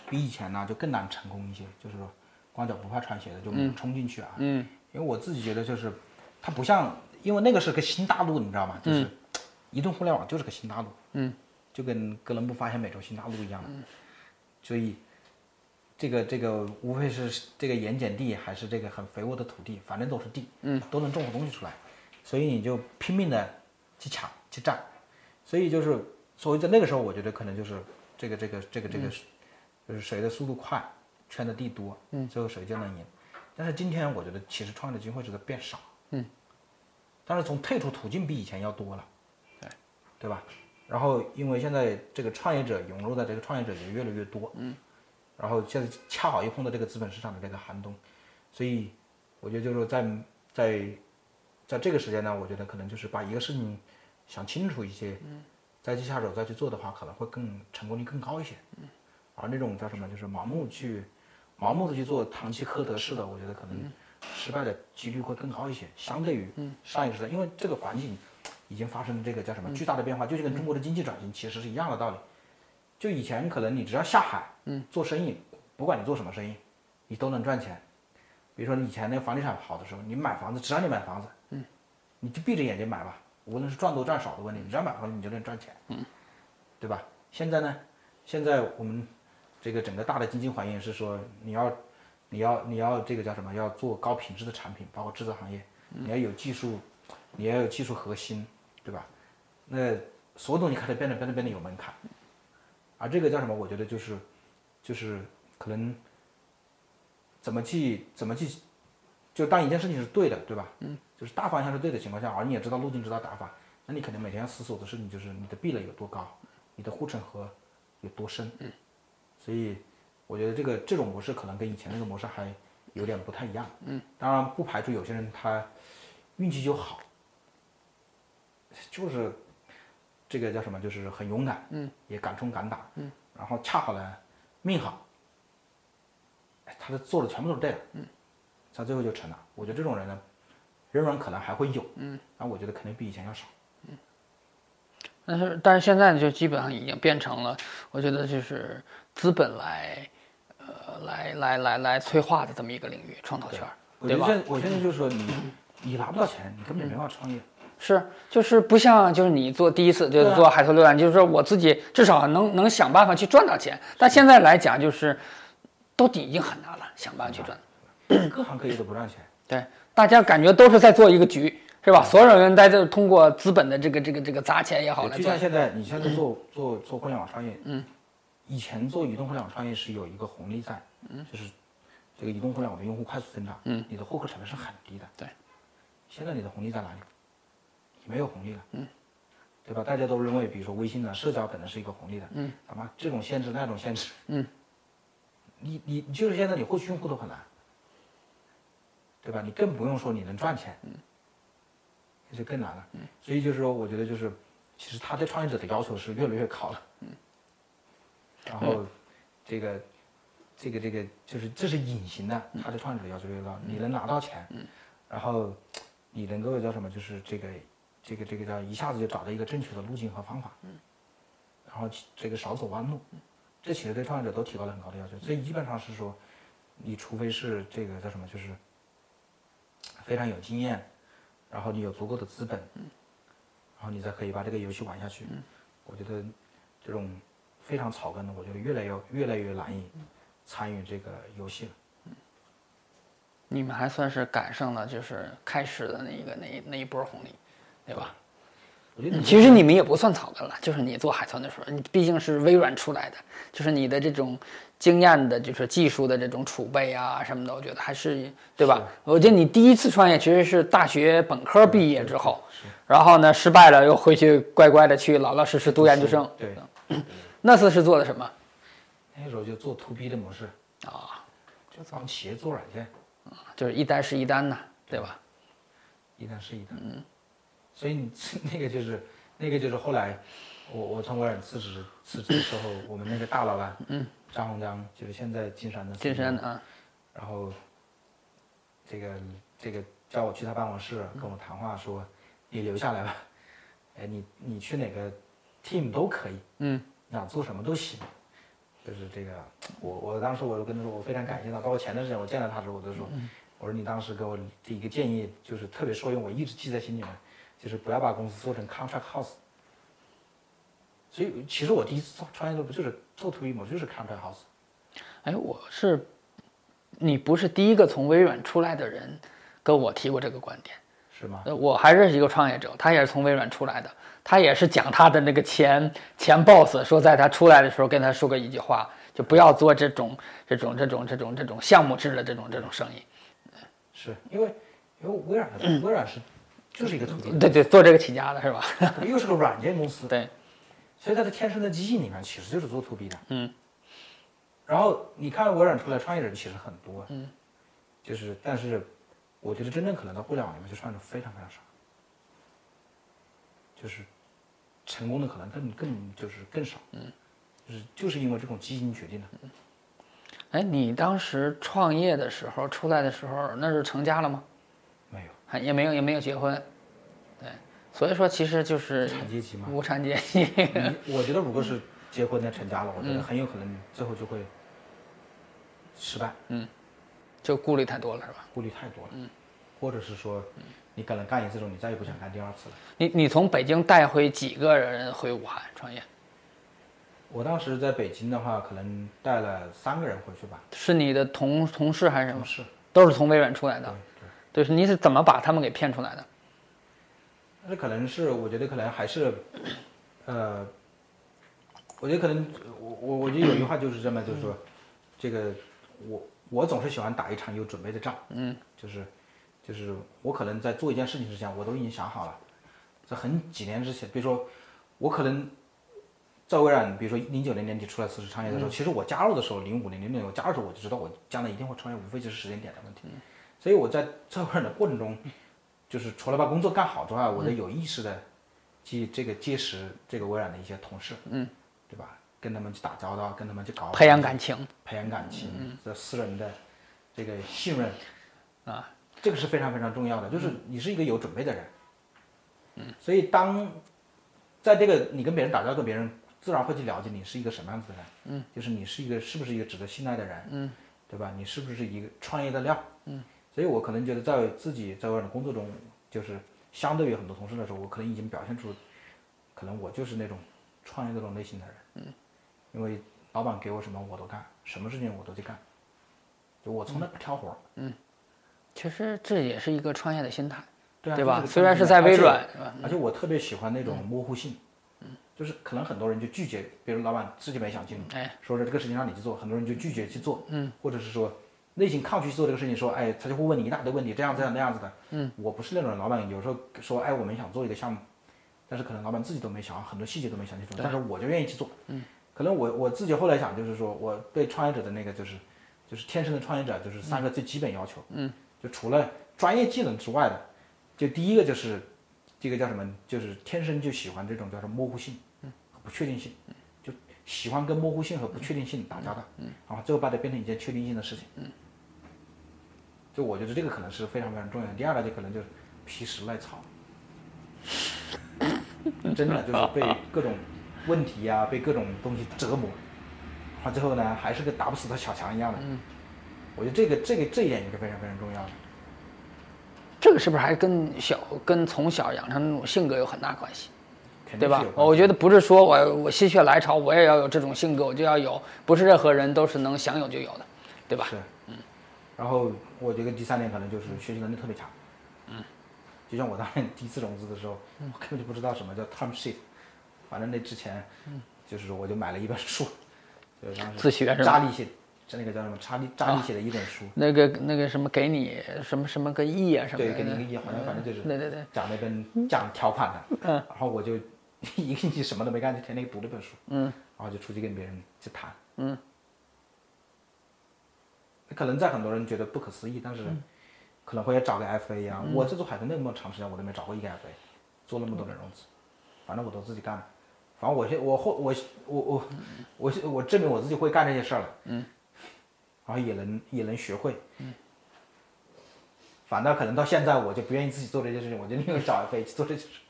比以前呢、就更难成功一些。就是说，光脚不怕穿鞋的就冲进去啊。嗯。因为我自己觉得就是，它不像，因为那个是个新大陆，你知道吗？就是移动互联网就是个新大嗯陆。嗯。就跟哥伦布发现美洲新大陆一样的。所以这个这个无非是这个盐碱地还是这个很肥沃的土地，反正都是地，嗯，都能种出东西出来，所以你就拼命的去抢去占，所以就是所谓在那个时候，我觉得可能就是这个这个这个这个，就是谁的速度快，圈的地多，嗯，最后谁就能赢。但是今天我觉得其实创业的机会是在变少，
嗯，
但是从退出途径比以前要多了，对，对吧？然后因为现在这个创业者涌入的这个创业者也越来越多，嗯，然后现在恰好又碰到这个资本市场的这个寒冬，所以我觉得就是说在在在这个时间呢，我觉得可能就是把一个事情想清楚一些，嗯，再去下手再去做的话，可能会更成功率更高一些，嗯，而那种叫什么，就是盲目去盲目的去做长期科德式的，我觉得可能失败的几率会更高一些，相对于上一个时代，因为这个环境已经发生这个叫什么巨大的变化，就是跟中国的经济转型其实是一样的道理。就以前可能你只要下海，嗯，做生意，不管你做什么生意，你都能赚钱。比如说你以前那个房地产好的时候，你买房子，只要你买房子，嗯，你就闭着眼睛买吧，无论是赚多赚少的问题，你只要买房子你就能赚钱，嗯，对吧？现在呢，现在我们这个整个大的经济环境是说，你要，你要，你要这个叫什么？要做高品质的产品，包括制造行业，你要有技术，你要有技术核心，对吧？那所有东西开始变得变得变得有门槛，而这个叫什么？我觉得就是，就是可能怎么去怎么去，就当一件事情是对的，对吧？嗯，就是大方向是对的情况下，而你也知道路径，知道打法，那你肯定每天要思索的事情就是你的壁垒有多高，你的护城河有多深。嗯，所以我觉得这个这种模式可能跟以前那个模式还有点不太一样。嗯，当然不排除有些人他运气就好，就是这个叫什么，就是很勇敢，嗯，也敢冲敢打，嗯，然后恰好呢命好，哎他的做的全部都是对的，嗯，他最后就成了。我觉得这种人呢，仍然可能还会有，嗯，但我觉得肯定比以前要少。
但是但是现在就基本上已经变成了，我觉得就是资本来，呃，来来来来催化的这么一个领域，创投圈儿，
我
对
觉得
吧？
现我现在就是说你，你拿不到钱，你根本就没法创业。
是，就是不像就是你做第一次就
对
是
啊
做海豚浏览，就是说我自己至少能能想办法去赚到钱。但现在来讲就是，都已经很难了，想办法去赚。
各行各业都不赚钱，
对，大家感觉都是在做一个局，是吧？所有人在这通过资本的这个这个这个砸钱也好
对
来
就
做
像，现在你现在做做做互联网创业，嗯，以前做移动互联网创业是有一个红利在，嗯，就是这个移动互联网的用户快速增长，嗯，你的获客成本是很低的，
对。
现在你的红利在哪里？你没有红利了，嗯，对吧？大家都认为，比如说微信啊，社交本来是一个红利的，嗯，他妈这种限制那种限制，嗯，你你你就是现在你获取用户都很难，对吧？你更不用说你能赚钱，嗯，这就更难了，嗯，所以就是说，我觉得就是。其实他对创业者的要求是越来越高了。嗯然后，这个，这个，这个，就是这是隐形的，他对创业者的要求越来越高。你能拿到钱，然后你能够叫什么？就是这个，这个，这个叫一下子就找到一个正确的路径和方法，然后其这个少走弯路，这其实对创业者都提高了很高的要求。所以基本上是说，你除非是这个叫什么，就是非常有经验，然后你有足够的资本，然后你才可以把这个游戏玩下去。我觉得这种非常草根的，我觉得越来越越来越难以参与这个游戏了。
你们还算是赶上了就是开始的那个那一那一波红利，对吧？
我觉得你
嗯其实你们也不算草根了，就是你做海豚的时候，你毕竟是微软出来的，就是你的这种经验的，就是技术的这种储备啊什么的，我觉得还是对吧？我记得你第一次创业其实是大学本科毕业之后，然后呢失败了，又回去乖乖的去老老实实读研究生。
对，
那次是做的什么
那时候就做 to B 的模式，
啊？
就帮企业做软件，
就是一单是一单呐，对吧？
一单是一单。所以你 那个就是那个就是后来我我从微软辞职辞职的时候，我们那个大老板，嗯，张洪章嗯就是现在金山的
健
CEO
身啊，
然后这个这个叫我去他办公室跟我谈话说，你留下来吧，哎，你你去哪个 team 都可以，
嗯，
你想做什么都行。就是这个，我我当时我就跟他说，我非常感谢他，包括前段时间我见到他的时候，我就说，我说你当时给我的一个建议就是特别受用，我一直记在心里面，就是不要把公司做成 contract house。所以其实我第一次创创业的不就是做 to B 模式，就是 contract house。
哎，我是你不是第一个从微软出来的人跟我提过这个观点。
是吗？
呃，我还认识一个创业者，他也是从微软出来的，他也是讲他的那个前前 boss 说，在他出来的时候跟他说过一句话，就不要做这种这种这种这种这种项目制的这种这种生意。
是因为因为微软的微软是嗯就是一个土地公司，
对对，做这个起家的是吧？
又是个软件公司，
对，
所以它的天生的基因里面其实就是做 to B 的。
嗯。
然后你看微软出来创业人其实很多，嗯，就是但是我觉得真正可能到互联网里面去创业者非常非常少，就是成功的可能更更就是更少，嗯，就是就是因为这种基因决定的。
哎，你当时创业的时候出来的时候，那是成家了吗？
没有
还也没有也没有结婚，对，所以说其实就是
产阶级嘛，
无产阶级。
你我觉得如果是
嗯
结婚的成家了，我觉得很有可能最后就会失败，
就顾虑太多了，是吧？
顾虑太多了，
嗯
或者是说你可能干一次之后，你再也不想干第二次了。
你你从北京带回几个人回武汉创业？
我当时在北京的话，可能带了三个人回去吧，
是你的同同事还是什么
同？事，
都是从微软出来
对
的。
对。
就是你是怎么把他们给骗出来的？
但是可能是我觉得可能还是，呃，我觉得可能我我我觉得有一句话就是这么，就是说，这个我我总是喜欢打一场有准备的仗，嗯，就是就是我可能在做一件事情之前，我都已经想好了，在很几年之前，比如说我可能。在微软，比如说零九年年底出来辞职创业的时候，其实我加入的时候，零五年、零六年我加入的时候，我就知道我将来一定会创业，无非就是时间点的问题。所以我在在微软的过程中，就是除了把工作干好之外，我得有意识的去这个结识这个微软的一些同事，嗯，对吧？跟他们去打交道，跟他们去搞
培养感情，
培养感情，这私人的这个信任
啊，
这个是非常非常重要的。就是你是一个有准备的人，嗯，所以当在这个你跟别人打交道，别人自然会去了解你是一个什么样子的人，嗯，就是你是一个是不是一个值得信赖的人，嗯，对吧？你是不是一个创业的料，嗯，所以我可能觉得在自己在外面的工作中，就是相对于很多同事来说，我可能已经表现出，可能我就是那种创业这种类型的人，嗯，因为老板给我什么我都干，什么事情我都去干，就我从来不挑活儿，
其实这也是一个创业的心态，
对啊，
对
这
吧？
个
虽然
创
是
新
在
而
微
且
软，是吧
而且我特别喜欢那种模糊性，就是可能很多人就拒绝，比如老板自己没想清楚，
哎，
说是这个事情让你去做，很多人就拒绝去做，嗯，或者是说内心抗拒去做这个事情，说哎，他就会问你一大堆问题，这样这样那样子的，嗯，我不是那种人老板，有时候说哎，我们想做一个项目，但是可能老板自己都没想好，很多细节都没想清楚，但是我就愿意去做，嗯，可能我我自己后来想就是说我对创业者的那个就是就是天生的创业者就是三个最基本要求，嗯，就除了专业技能之外的，就第一个就是这个叫什么，就是天生就喜欢这种叫什么模糊性，和不确定性，就喜欢跟模糊性和不确定性打交道，
嗯
然后最后把它变成一件确定性的事情。就我觉得这个可能是非常非常重要的。第二个就可能就是皮实耐 操，真的就是被各种问题呀、被各种东西折磨，然后最后呢还是个打不死的小强一样的。
嗯
我觉得这个这个这一点也是非常非常重要的。
这个是不是还跟小跟从小养成那种性格有很大关系？
肯定
对吧
是有？关系
我觉得不是说我我心血来潮，我也要有这种性格，我就要有，不是任何人都是能想有就有的，对吧？
是，嗯。然后我觉得第三点可能就是学习能力特别强。嗯。就像我当年第一次融资的时候，
嗯
我根本就不知道什么叫 term sheet，反正那之前，就是说我就买了一本书， 就是当时
自学是吧
查理写，这那个叫什么？查理查理写的一本书，
那个那个什么给你什么什么个亿啊什么
对，
的，
跟你一样，好像反正就是
对对对，
讲那跟讲条款的，然后我就 一个星期什么都没干，就天天读了本书，嗯，然后就出去跟别人去谈，嗯，可能在很多人觉得不可思议，但是可能会要找个 FA 啊，我这做海豚那么长时间，我都没找过一个 FA，做那么多的融资，反正我都自己干的，反正我现我后我我我我现我证明我自己会干这些事儿了，嗯，然后也能也能学会，反倒可能到现在我就不愿意自己做这些事情，我就宁愿找 FA 去做这些事。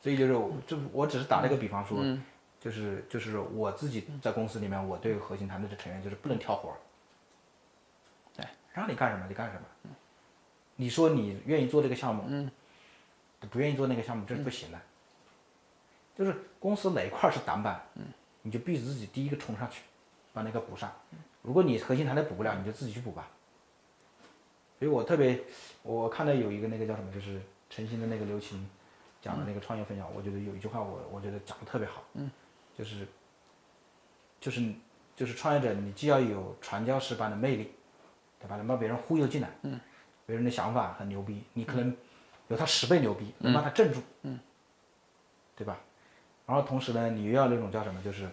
所以就是我，这我只是打了个比方说，就是就是我自己在公司里面，我对核心团队的成员就是不能挑活儿，哎
对，
让你干什么就干什么。你说你愿意做这个项目，不愿意做那个项目，这是不行的。就是公司哪一块儿是短板，你就必须自己第一个冲上去。把那个补上。如果你核心团队补不了，你就自己去补吧。所以我特别，我看到有一个那个叫什么，就是陈鑫的那个刘琴讲的那个创业分享，我觉得有一句话我我觉得讲的特别好，嗯，就是就是就是创业者，你既要有传教士般的魅力，对吧？能把别人忽悠进来，嗯，别人的想法很牛逼，你可能有他十倍牛逼，能把他镇住，嗯，对吧？然后同时呢，你又要那种叫什么，就是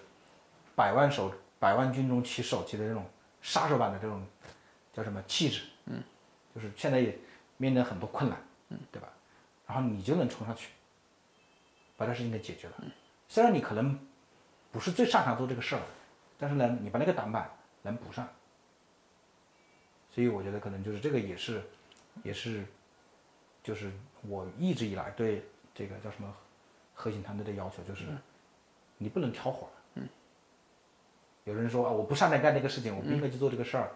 百万手百万军中取首级的那种杀手版的这种叫什么气质，就是现在也面临很多困难，嗯，对吧？然后你就能冲上去，把这事情给解决了。虽然你可能不是最擅长做这个事儿，但是呢，你把那个短板能补上。所以我觉得可能就是这个也是，也是，就是我一直以来对这个叫什么核心团队的要求，就是你不能挑活儿。有人说啊，我不擅长干这个事情，我不应该去做这个事儿。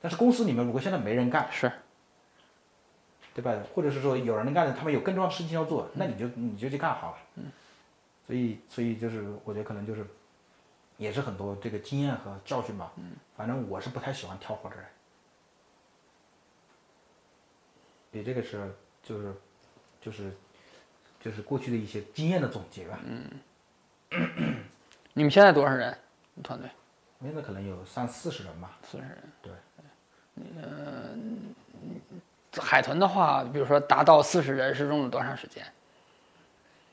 但是公司里面如果现在没人干，
是
对吧？或者是说有人能干的，他们有更重要的事情要做，那你就你就去干好了。嗯。所以，所以就是我觉得可能就是，也是很多这个经验和教训吧。嗯。反正我是不太喜欢挑活的人。也这个是就是就是就是过去的一些经验的总结吧。嗯。
你们现在多少人团队？
现在可能有三四十人吧。
四十人。
对。
海豚的话，比如说达到四十人是用了多长时间？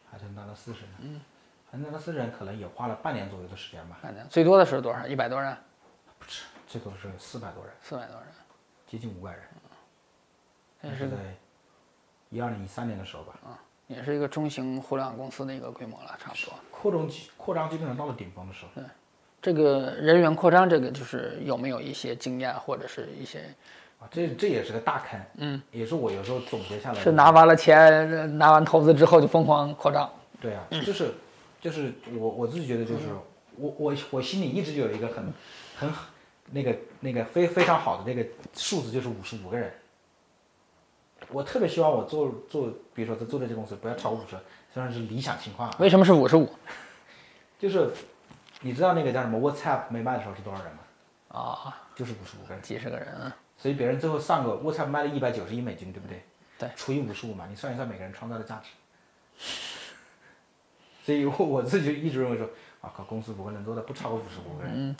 还能达到四十人。嗯。还能达到四十人，可能也花了半年左右的时间吧。
反正最多的时候多少？一百多人，
不止，最多是四百多人，
四百多人。
接近五百人。
也
那
嗯是
是在一二零一三年的时候吧，
啊，也是一个中型互联网公司的一个规模了，差不多。
扩容基扩张基本上到了顶峰的时候。
嗯这个人员扩张，这个就是有没有一些经验或者是一些
啊，这这也是个大坑，嗯，也是我有时候总结下来的
是拿完了钱，拿完投资之后就疯狂扩张？
对啊，
嗯
就是就是我我自己觉得就是我我我心里一直有一个很很那个那个非非常好的那个数字就是五十五个人。我特别希望我做做，比如说在做这些公司不要超过五十，虽然是理想情况啊，
为什么是五十五
就是你知道那个叫什么 WhatsApp 没卖的时候是多少人吗？
啊？
就是五十五个人。
几十个人啊，
所以别人最后算过，WhatsApp 卖了一百九十亿美金，对不对？
对
除以五十五嘛，你算一算每个人创造的价值。 所以我我自己就一直认为说，啊靠，公司不会能做到不超过五十五个人，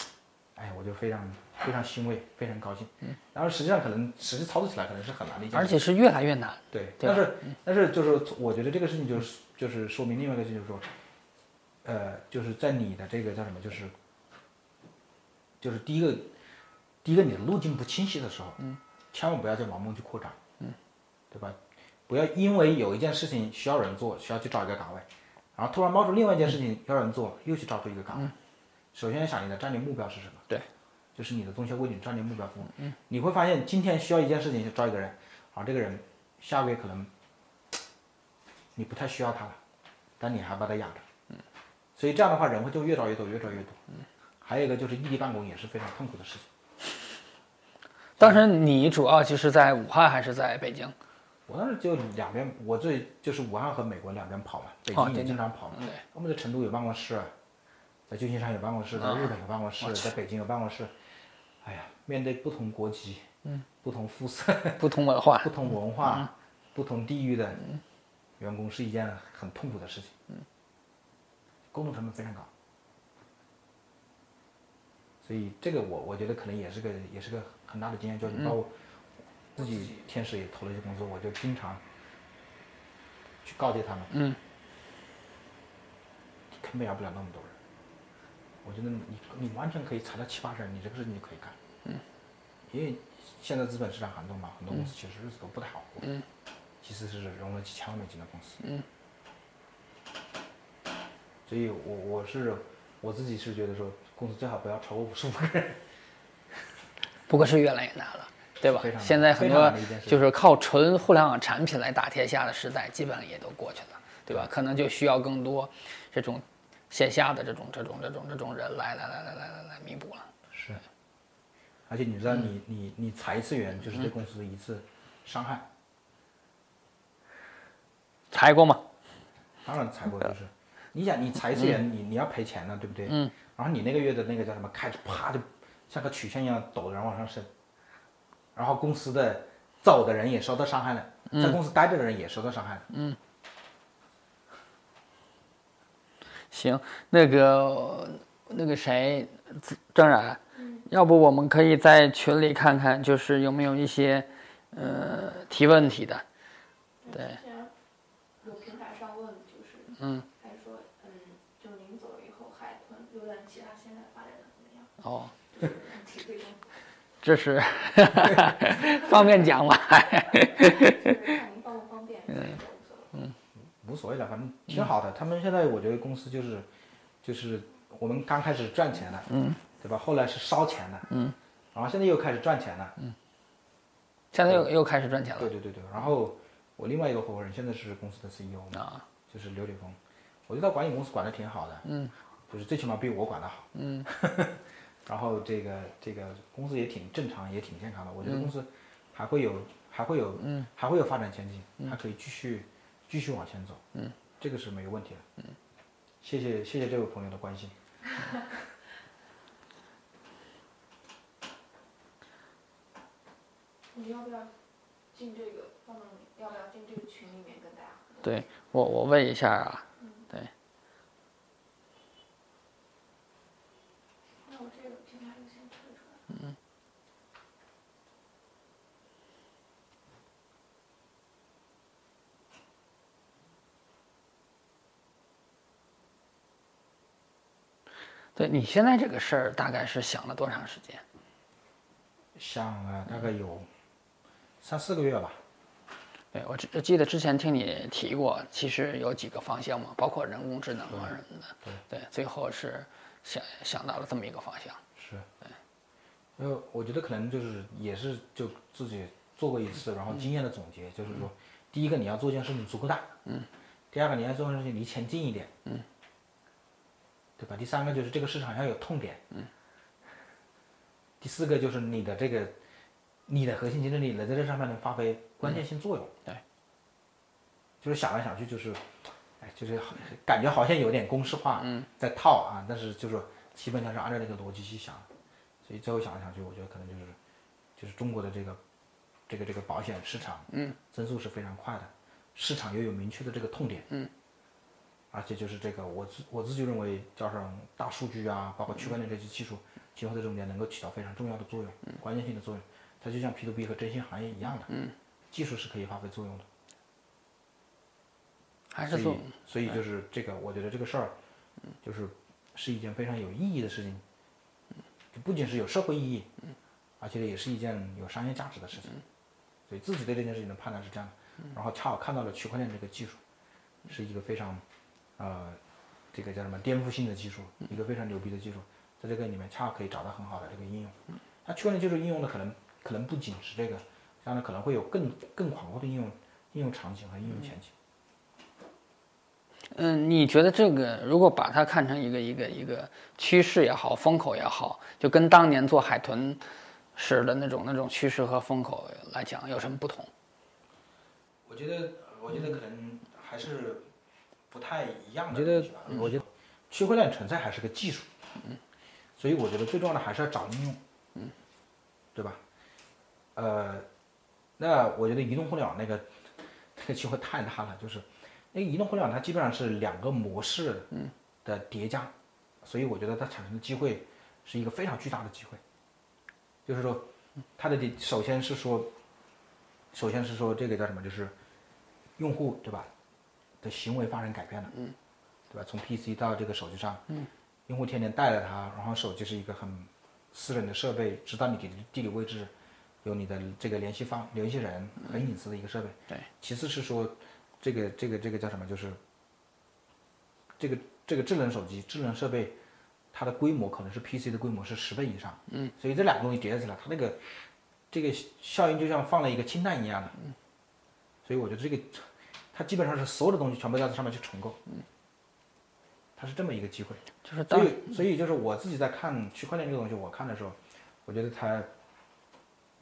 哎，我就非常非常欣慰，非常高兴。然后实际上可能实际操作起来可能是很难的一件事
而且是越来越难。
对，
对
但是但是就是我觉得这个事情就是就是说明另外一个事情，就是说，呃，就是在你的这个叫什么，就是就是第一个第一个你的路径不清晰的时候，嗯，千万不要去盲目去扩张，嗯，对吧？不要因为有一件事情需要人做，需要去找一个岗位，然后突然冒出另外一件事情要人做，又去找出一个岗位。首先要想你的战略目标是什么。
对，
就是你的中心为你战略目标服务。你会发现今天需要一件事情去招一个人，啊，这个人下个月可能你不太需要他了，但你还把他养着。
嗯
所以这样的话，人会就越招越多，越招越多。还有一个就是异地办公也是非常痛苦的事情。
当时你主要就是在武汉还是在北 京？
我当时就两边，我最就是武汉和美国两边跑嘛，北
哦
京也
对
经常跑嘛。
对
我们在成都有办公室，啊在旧金山有办公室，在
啊
日本有办公室，在北京有办公室。哎呀，面对不同国籍，嗯，不同肤色，
不同文化
不同文化、不同地域的员工是一件很痛苦的事情。沟通成本非常高，所以这个我我觉得可能也是个也是个很大的经验教训。包括自己天使也投了一些公司，我就经常去告诫他们，
嗯，
你根本养不了那么多人。我觉得你你完全可以裁掉七八十人，你这个事情就可以干。因为现在资本市场寒冬嘛，很多公司其实日子都不太好过。嗯，其次是融了几千万美金的公司。嗯，所以我我是我自己是觉得说，公司最好不要超过五十五个人。
不过是越来越难了，对吧
非常？难
现在很多
非常难的一件事
就是靠纯互联网产品来打天下的时代，基本上也都过去了，对吧？可能就需要更多这种线下的这种这种这种这种人来来来来来来来弥补了。
是。而且你知道你，你你裁一次员就是对公司的一次伤害。
裁过吗？
当然裁过就是，你想你裁一次人，你你要赔钱的，对不对？
嗯。
然后你那个月的那个叫什么开支，啪就像个曲线一样陡的，然后往上升。然后公司的走的人也受到伤害了，在公司待着的人也受到伤害了。
行，那个呃那个谁，自张冉，
嗯
要不我们可以在群里看看，就是有没有一些呃提问题的。对
之前有平台上问，就是嗯，还说嗯，就您走了以后，海豚浏览器它现在发展的怎么样？
哦，
就是 浏览器最终
这 是方便讲吗？
就是看您方不方便， 嗯，
无所谓了，反正挺好的。他们现在我觉得公司就是，就是我们刚开始赚钱了，嗯，对吧？后来是烧钱了，嗯，然后现在又开始赚钱了，
现在又又开始赚钱了
对对对对。然后我另外一个合伙人现在是公司的 CEO 嘛，
啊！
就是刘磊峰，我觉得他管理公司管得挺好的，嗯，就是最起码比我管得好，嗯， 然后这个这个公司也挺正常，也挺健康的，我觉得公司还会有还会有嗯还会有发展前景，还可以继续继续往前走，嗯，这个是没有问题的，嗯，谢谢谢谢这位朋友的关心，
你要不要进这个？放到你要不要进这个群里面跟大家互动？
对我我问一下啊，对，
那我这个平台就先退出来。
对你现在这个事儿大概是想了多长时间？
想了大概有三四个月吧，
对我只记得之前听你提过，其实有几个方向嘛，包括人工智能啊什么的。对，最后是想想到了这么一个方向。
是，因为我觉得可能就是也是就自己做过一次，然后经验的总结、就是说，第一个你要做一件事情足够大，嗯，第二个你要做一件事情离钱近一点，嗯，对吧？第三个就是这个市场要有痛点，嗯，第四个就是你的这个你的核心竞争力能在这上面能发挥关键性作用，
对，
就是想来想去就是，哎，就是好感觉好像有点公式化，嗯，在套啊，但是就是基本上是按照那个逻辑去想。所以最后想来想去，我觉得可能就是，就是中国的这个，这个这个保险市场，嗯，增速是非常快的，市场又有明确的这个痛点，嗯，而且就是这个我自我自己认为加上大数据啊，包括区块链这些技术，今后在中间能够起到非常重要的作用，关键性的作用，它就像 P to P 和征信行业一样的，嗯，技术是可以发挥作用的，
还是
所以
做嗯
所以就是这个，我觉得这个事儿，就是是一件非常有意义的事情，就不仅是有社会意义，
嗯
而且也是一件有商业价值的事情。所以自己对这件事情的判断是这样的，
嗯
然后恰好看到了区块链这个技术，是一个非常，呃，这个叫什么颠覆性的技术，
嗯
一个非常牛逼的技术，在这个里面恰好可以找到很好的这个应用。
嗯
它区块链技术应用的可能可能不仅是这个，将来可能会有更更广阔的应用应用场景和应用前景。
嗯，你觉得这个如果把它看成一个一个一个趋势也好，风口也好，就跟当年做海豚时的那种那种趋势和风口来讲，有什么不同？
我觉得，我觉得可能还是不太一样的。
我觉得，
我觉得区块链存在还是个技术，嗯，所以我觉得最重要的还是要找应用，嗯，对吧？呃，那我觉得移动互联网那个 那个机会太大了，就是那个移动互联网它基本上是两个模式的叠加，所以我觉得它产生的机会是一个非常巨大的机会，就是说它的第首先是说首先是说这个叫什么，就是用户对吧的行为发生改变了，嗯，对吧？从 PC 到这个手机上，嗯，用户天天带着它，然后手机是一个很私人的设备，知道你的地理位置，有你的这个联系方联系人，很隐私的一个设备。
对。
其次是说这个这个这个叫什么，就是这个这个智能手机、智能设备。它的规模可能是 PC 的规模是十倍以上，嗯，所以这两个东西叠在一起了，它那个这个效应就像放了一个氢弹一样的，所以我觉得这个它基本上是所有的东西全部要在上面去重构，嗯它是这么一个机会。
就是
所
当
以，所以就是我自己在看区块链这个东西，我看的时候，我觉得它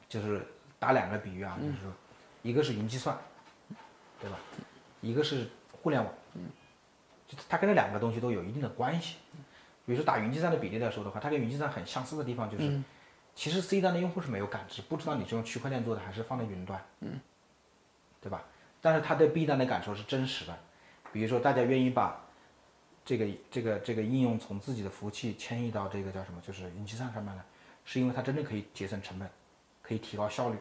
就是打两个比喻啊，
嗯
就是说，一个是云计算，对吧？一个是互联网，就它跟这两个东西都有一定的关系。比如说打云计算的比例来说的话，它跟云计算很相似的地方就是，
嗯
其实 C 端的用户是没有感知，不知道你是用区块链做的还是放在云端，嗯，对吧？但是他对 B 端的感受是真实的，比如说大家愿意把这个这个这个应用从自己的服务器迁移到这个叫什么，就是云计算上面来，是因为它真正可以节省成本，可以提高效率，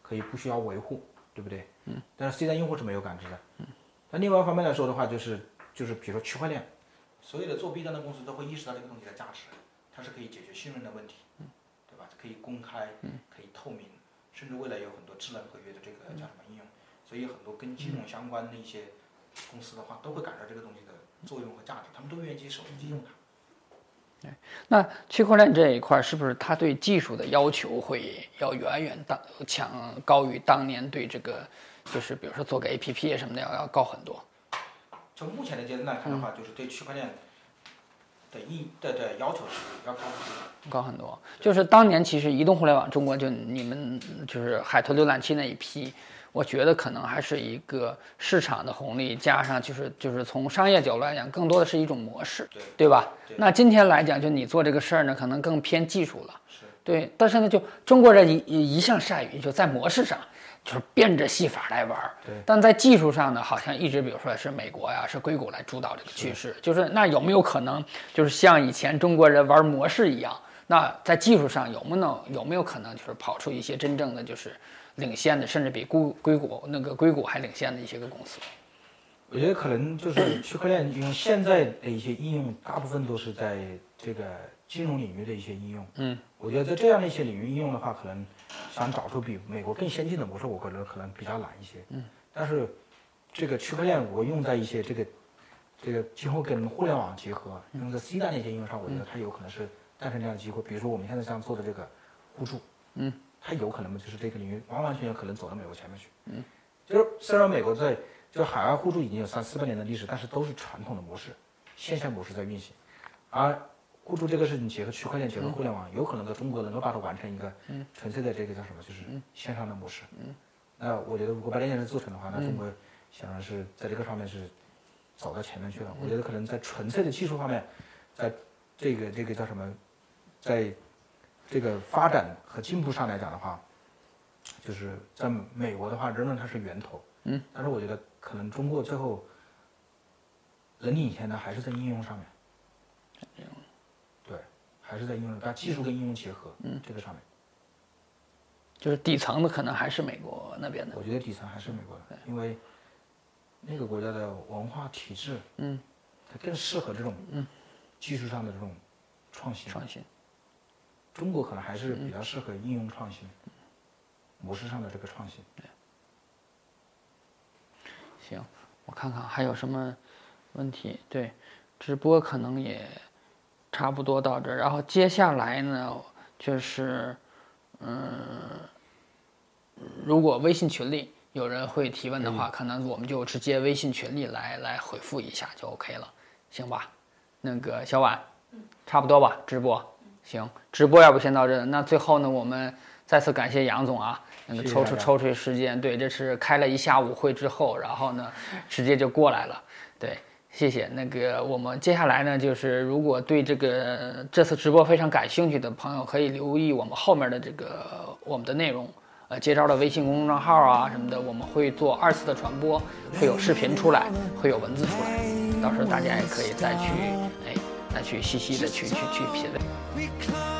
可以不需要维护，对不对？嗯。但是 C 端用户是没有感知的。嗯。那另外一方面来说的话，就是就是比如说区块链，所有的做 B 端的公司都会意识到这个东西的价值，它是可以解决信任的问题，对吧？可以公开，可以透明，甚至未来有很多智能合约的这个叫什么应用，所以很多跟金融相关的一些公司的话，都会感受到这个东西的作用和价值，他们都愿意去首先去用它。
那区块链这一块，是不是它对技术的要求会要远远当强高于当年对这个，就是比如说做个 APP 什么的要要高很多？
从目前的阶段来看的话，就是对区块链的应的的要求是要高很多的。
高很多。就是当年其实移动互联网中国就你们就是海豚浏览器那一批，我觉得可能还是一个市场的红利，加上就是就是从商业角度来讲，更多的是一种模式，
对
对吧？
对
那今天来讲，就你做这个事儿呢，可能更偏技术了。
是
对，但是呢，就中国人一一一向善于就在模式上，就是变着戏法来玩儿。
对
但在技术上呢，好像一直比如说是美国呀，是硅谷来主导这个趋势。就是那有没有可能，就是像以前中国人玩模式一样，那在技术上有没有有没有可能就是跑出一些真正的就是领先的，甚至比硅硅谷那个硅谷还领先的一些个公司？
我觉得可能就是区块链应用，现在的一些应用大部分都是在这个金融领域的一些应用。
嗯，
我觉得在这样的一些领域应用的话，可能想找出比美国更先进的模式，我可能可能比较难一些。嗯，但是这个区块链我用在一些这个这个今后跟互联网结合，用在 C 端的一些应用上，我觉得它有可能是诞生这样的机会。比如说我们现在这样做的这个互助，
嗯，
它有可能就是这个领域完完全全可能走到美国前面去。嗯，就是虽然美国在就海外互助已经有三四百年的历史，但是都是传统的模式，线下模式在运行，而互助这个事情结合区块链、结合互联网，有可能在中国能够把它完成一个纯粹的这个叫什么，就是线上的模式。那我觉得如果把这件事做成的话，那中国显然是在这个方面是走到前面去了。我觉得可能在纯粹的技术方面，在这个这个叫什么，在这个发展和进步上来讲的话，就是在美国的话，仍然它是源头。
嗯，
但是我觉得可能中国最后能领先的还是在应用上面。对，还是在应用，把技术跟应用结合，嗯，这个上面，
就是底层的可能还是美国那边的。
我觉得底层还是美国的，因为那个国家的文化体制，
嗯，
它更适合这种，嗯，技术上的这种创新。
创新，
中国可能还是比较适合应用创新，模式上的这个创新。
行，我看看还有什么问题。对，直播可能也差不多到这儿，然后接下来呢，就是嗯，如果微信群里有人会提问的
嗯
话，可能我们就直接微信群里来来回复一下就 OK 了，行吧？那个小婉，差不多吧，直播。行，直播要不先到这儿。那最后呢，我们再次感谢杨总啊，那个
谢谢
抽
大
出
家
抽出时间，对，这是开了一下午会之后，然后呢，直接就过来了，对。谢谢。那个，我们接下来呢，就是如果对这个这次直播非常感兴趣的朋友，可以留意我们后面的这个我们的内容。呃，接招的微信公众号啊什么的，我们会做二次的传播，会有视频出来，会有文字出来，到时候大家也可以再去哎再去细细的去去去品味。
We climb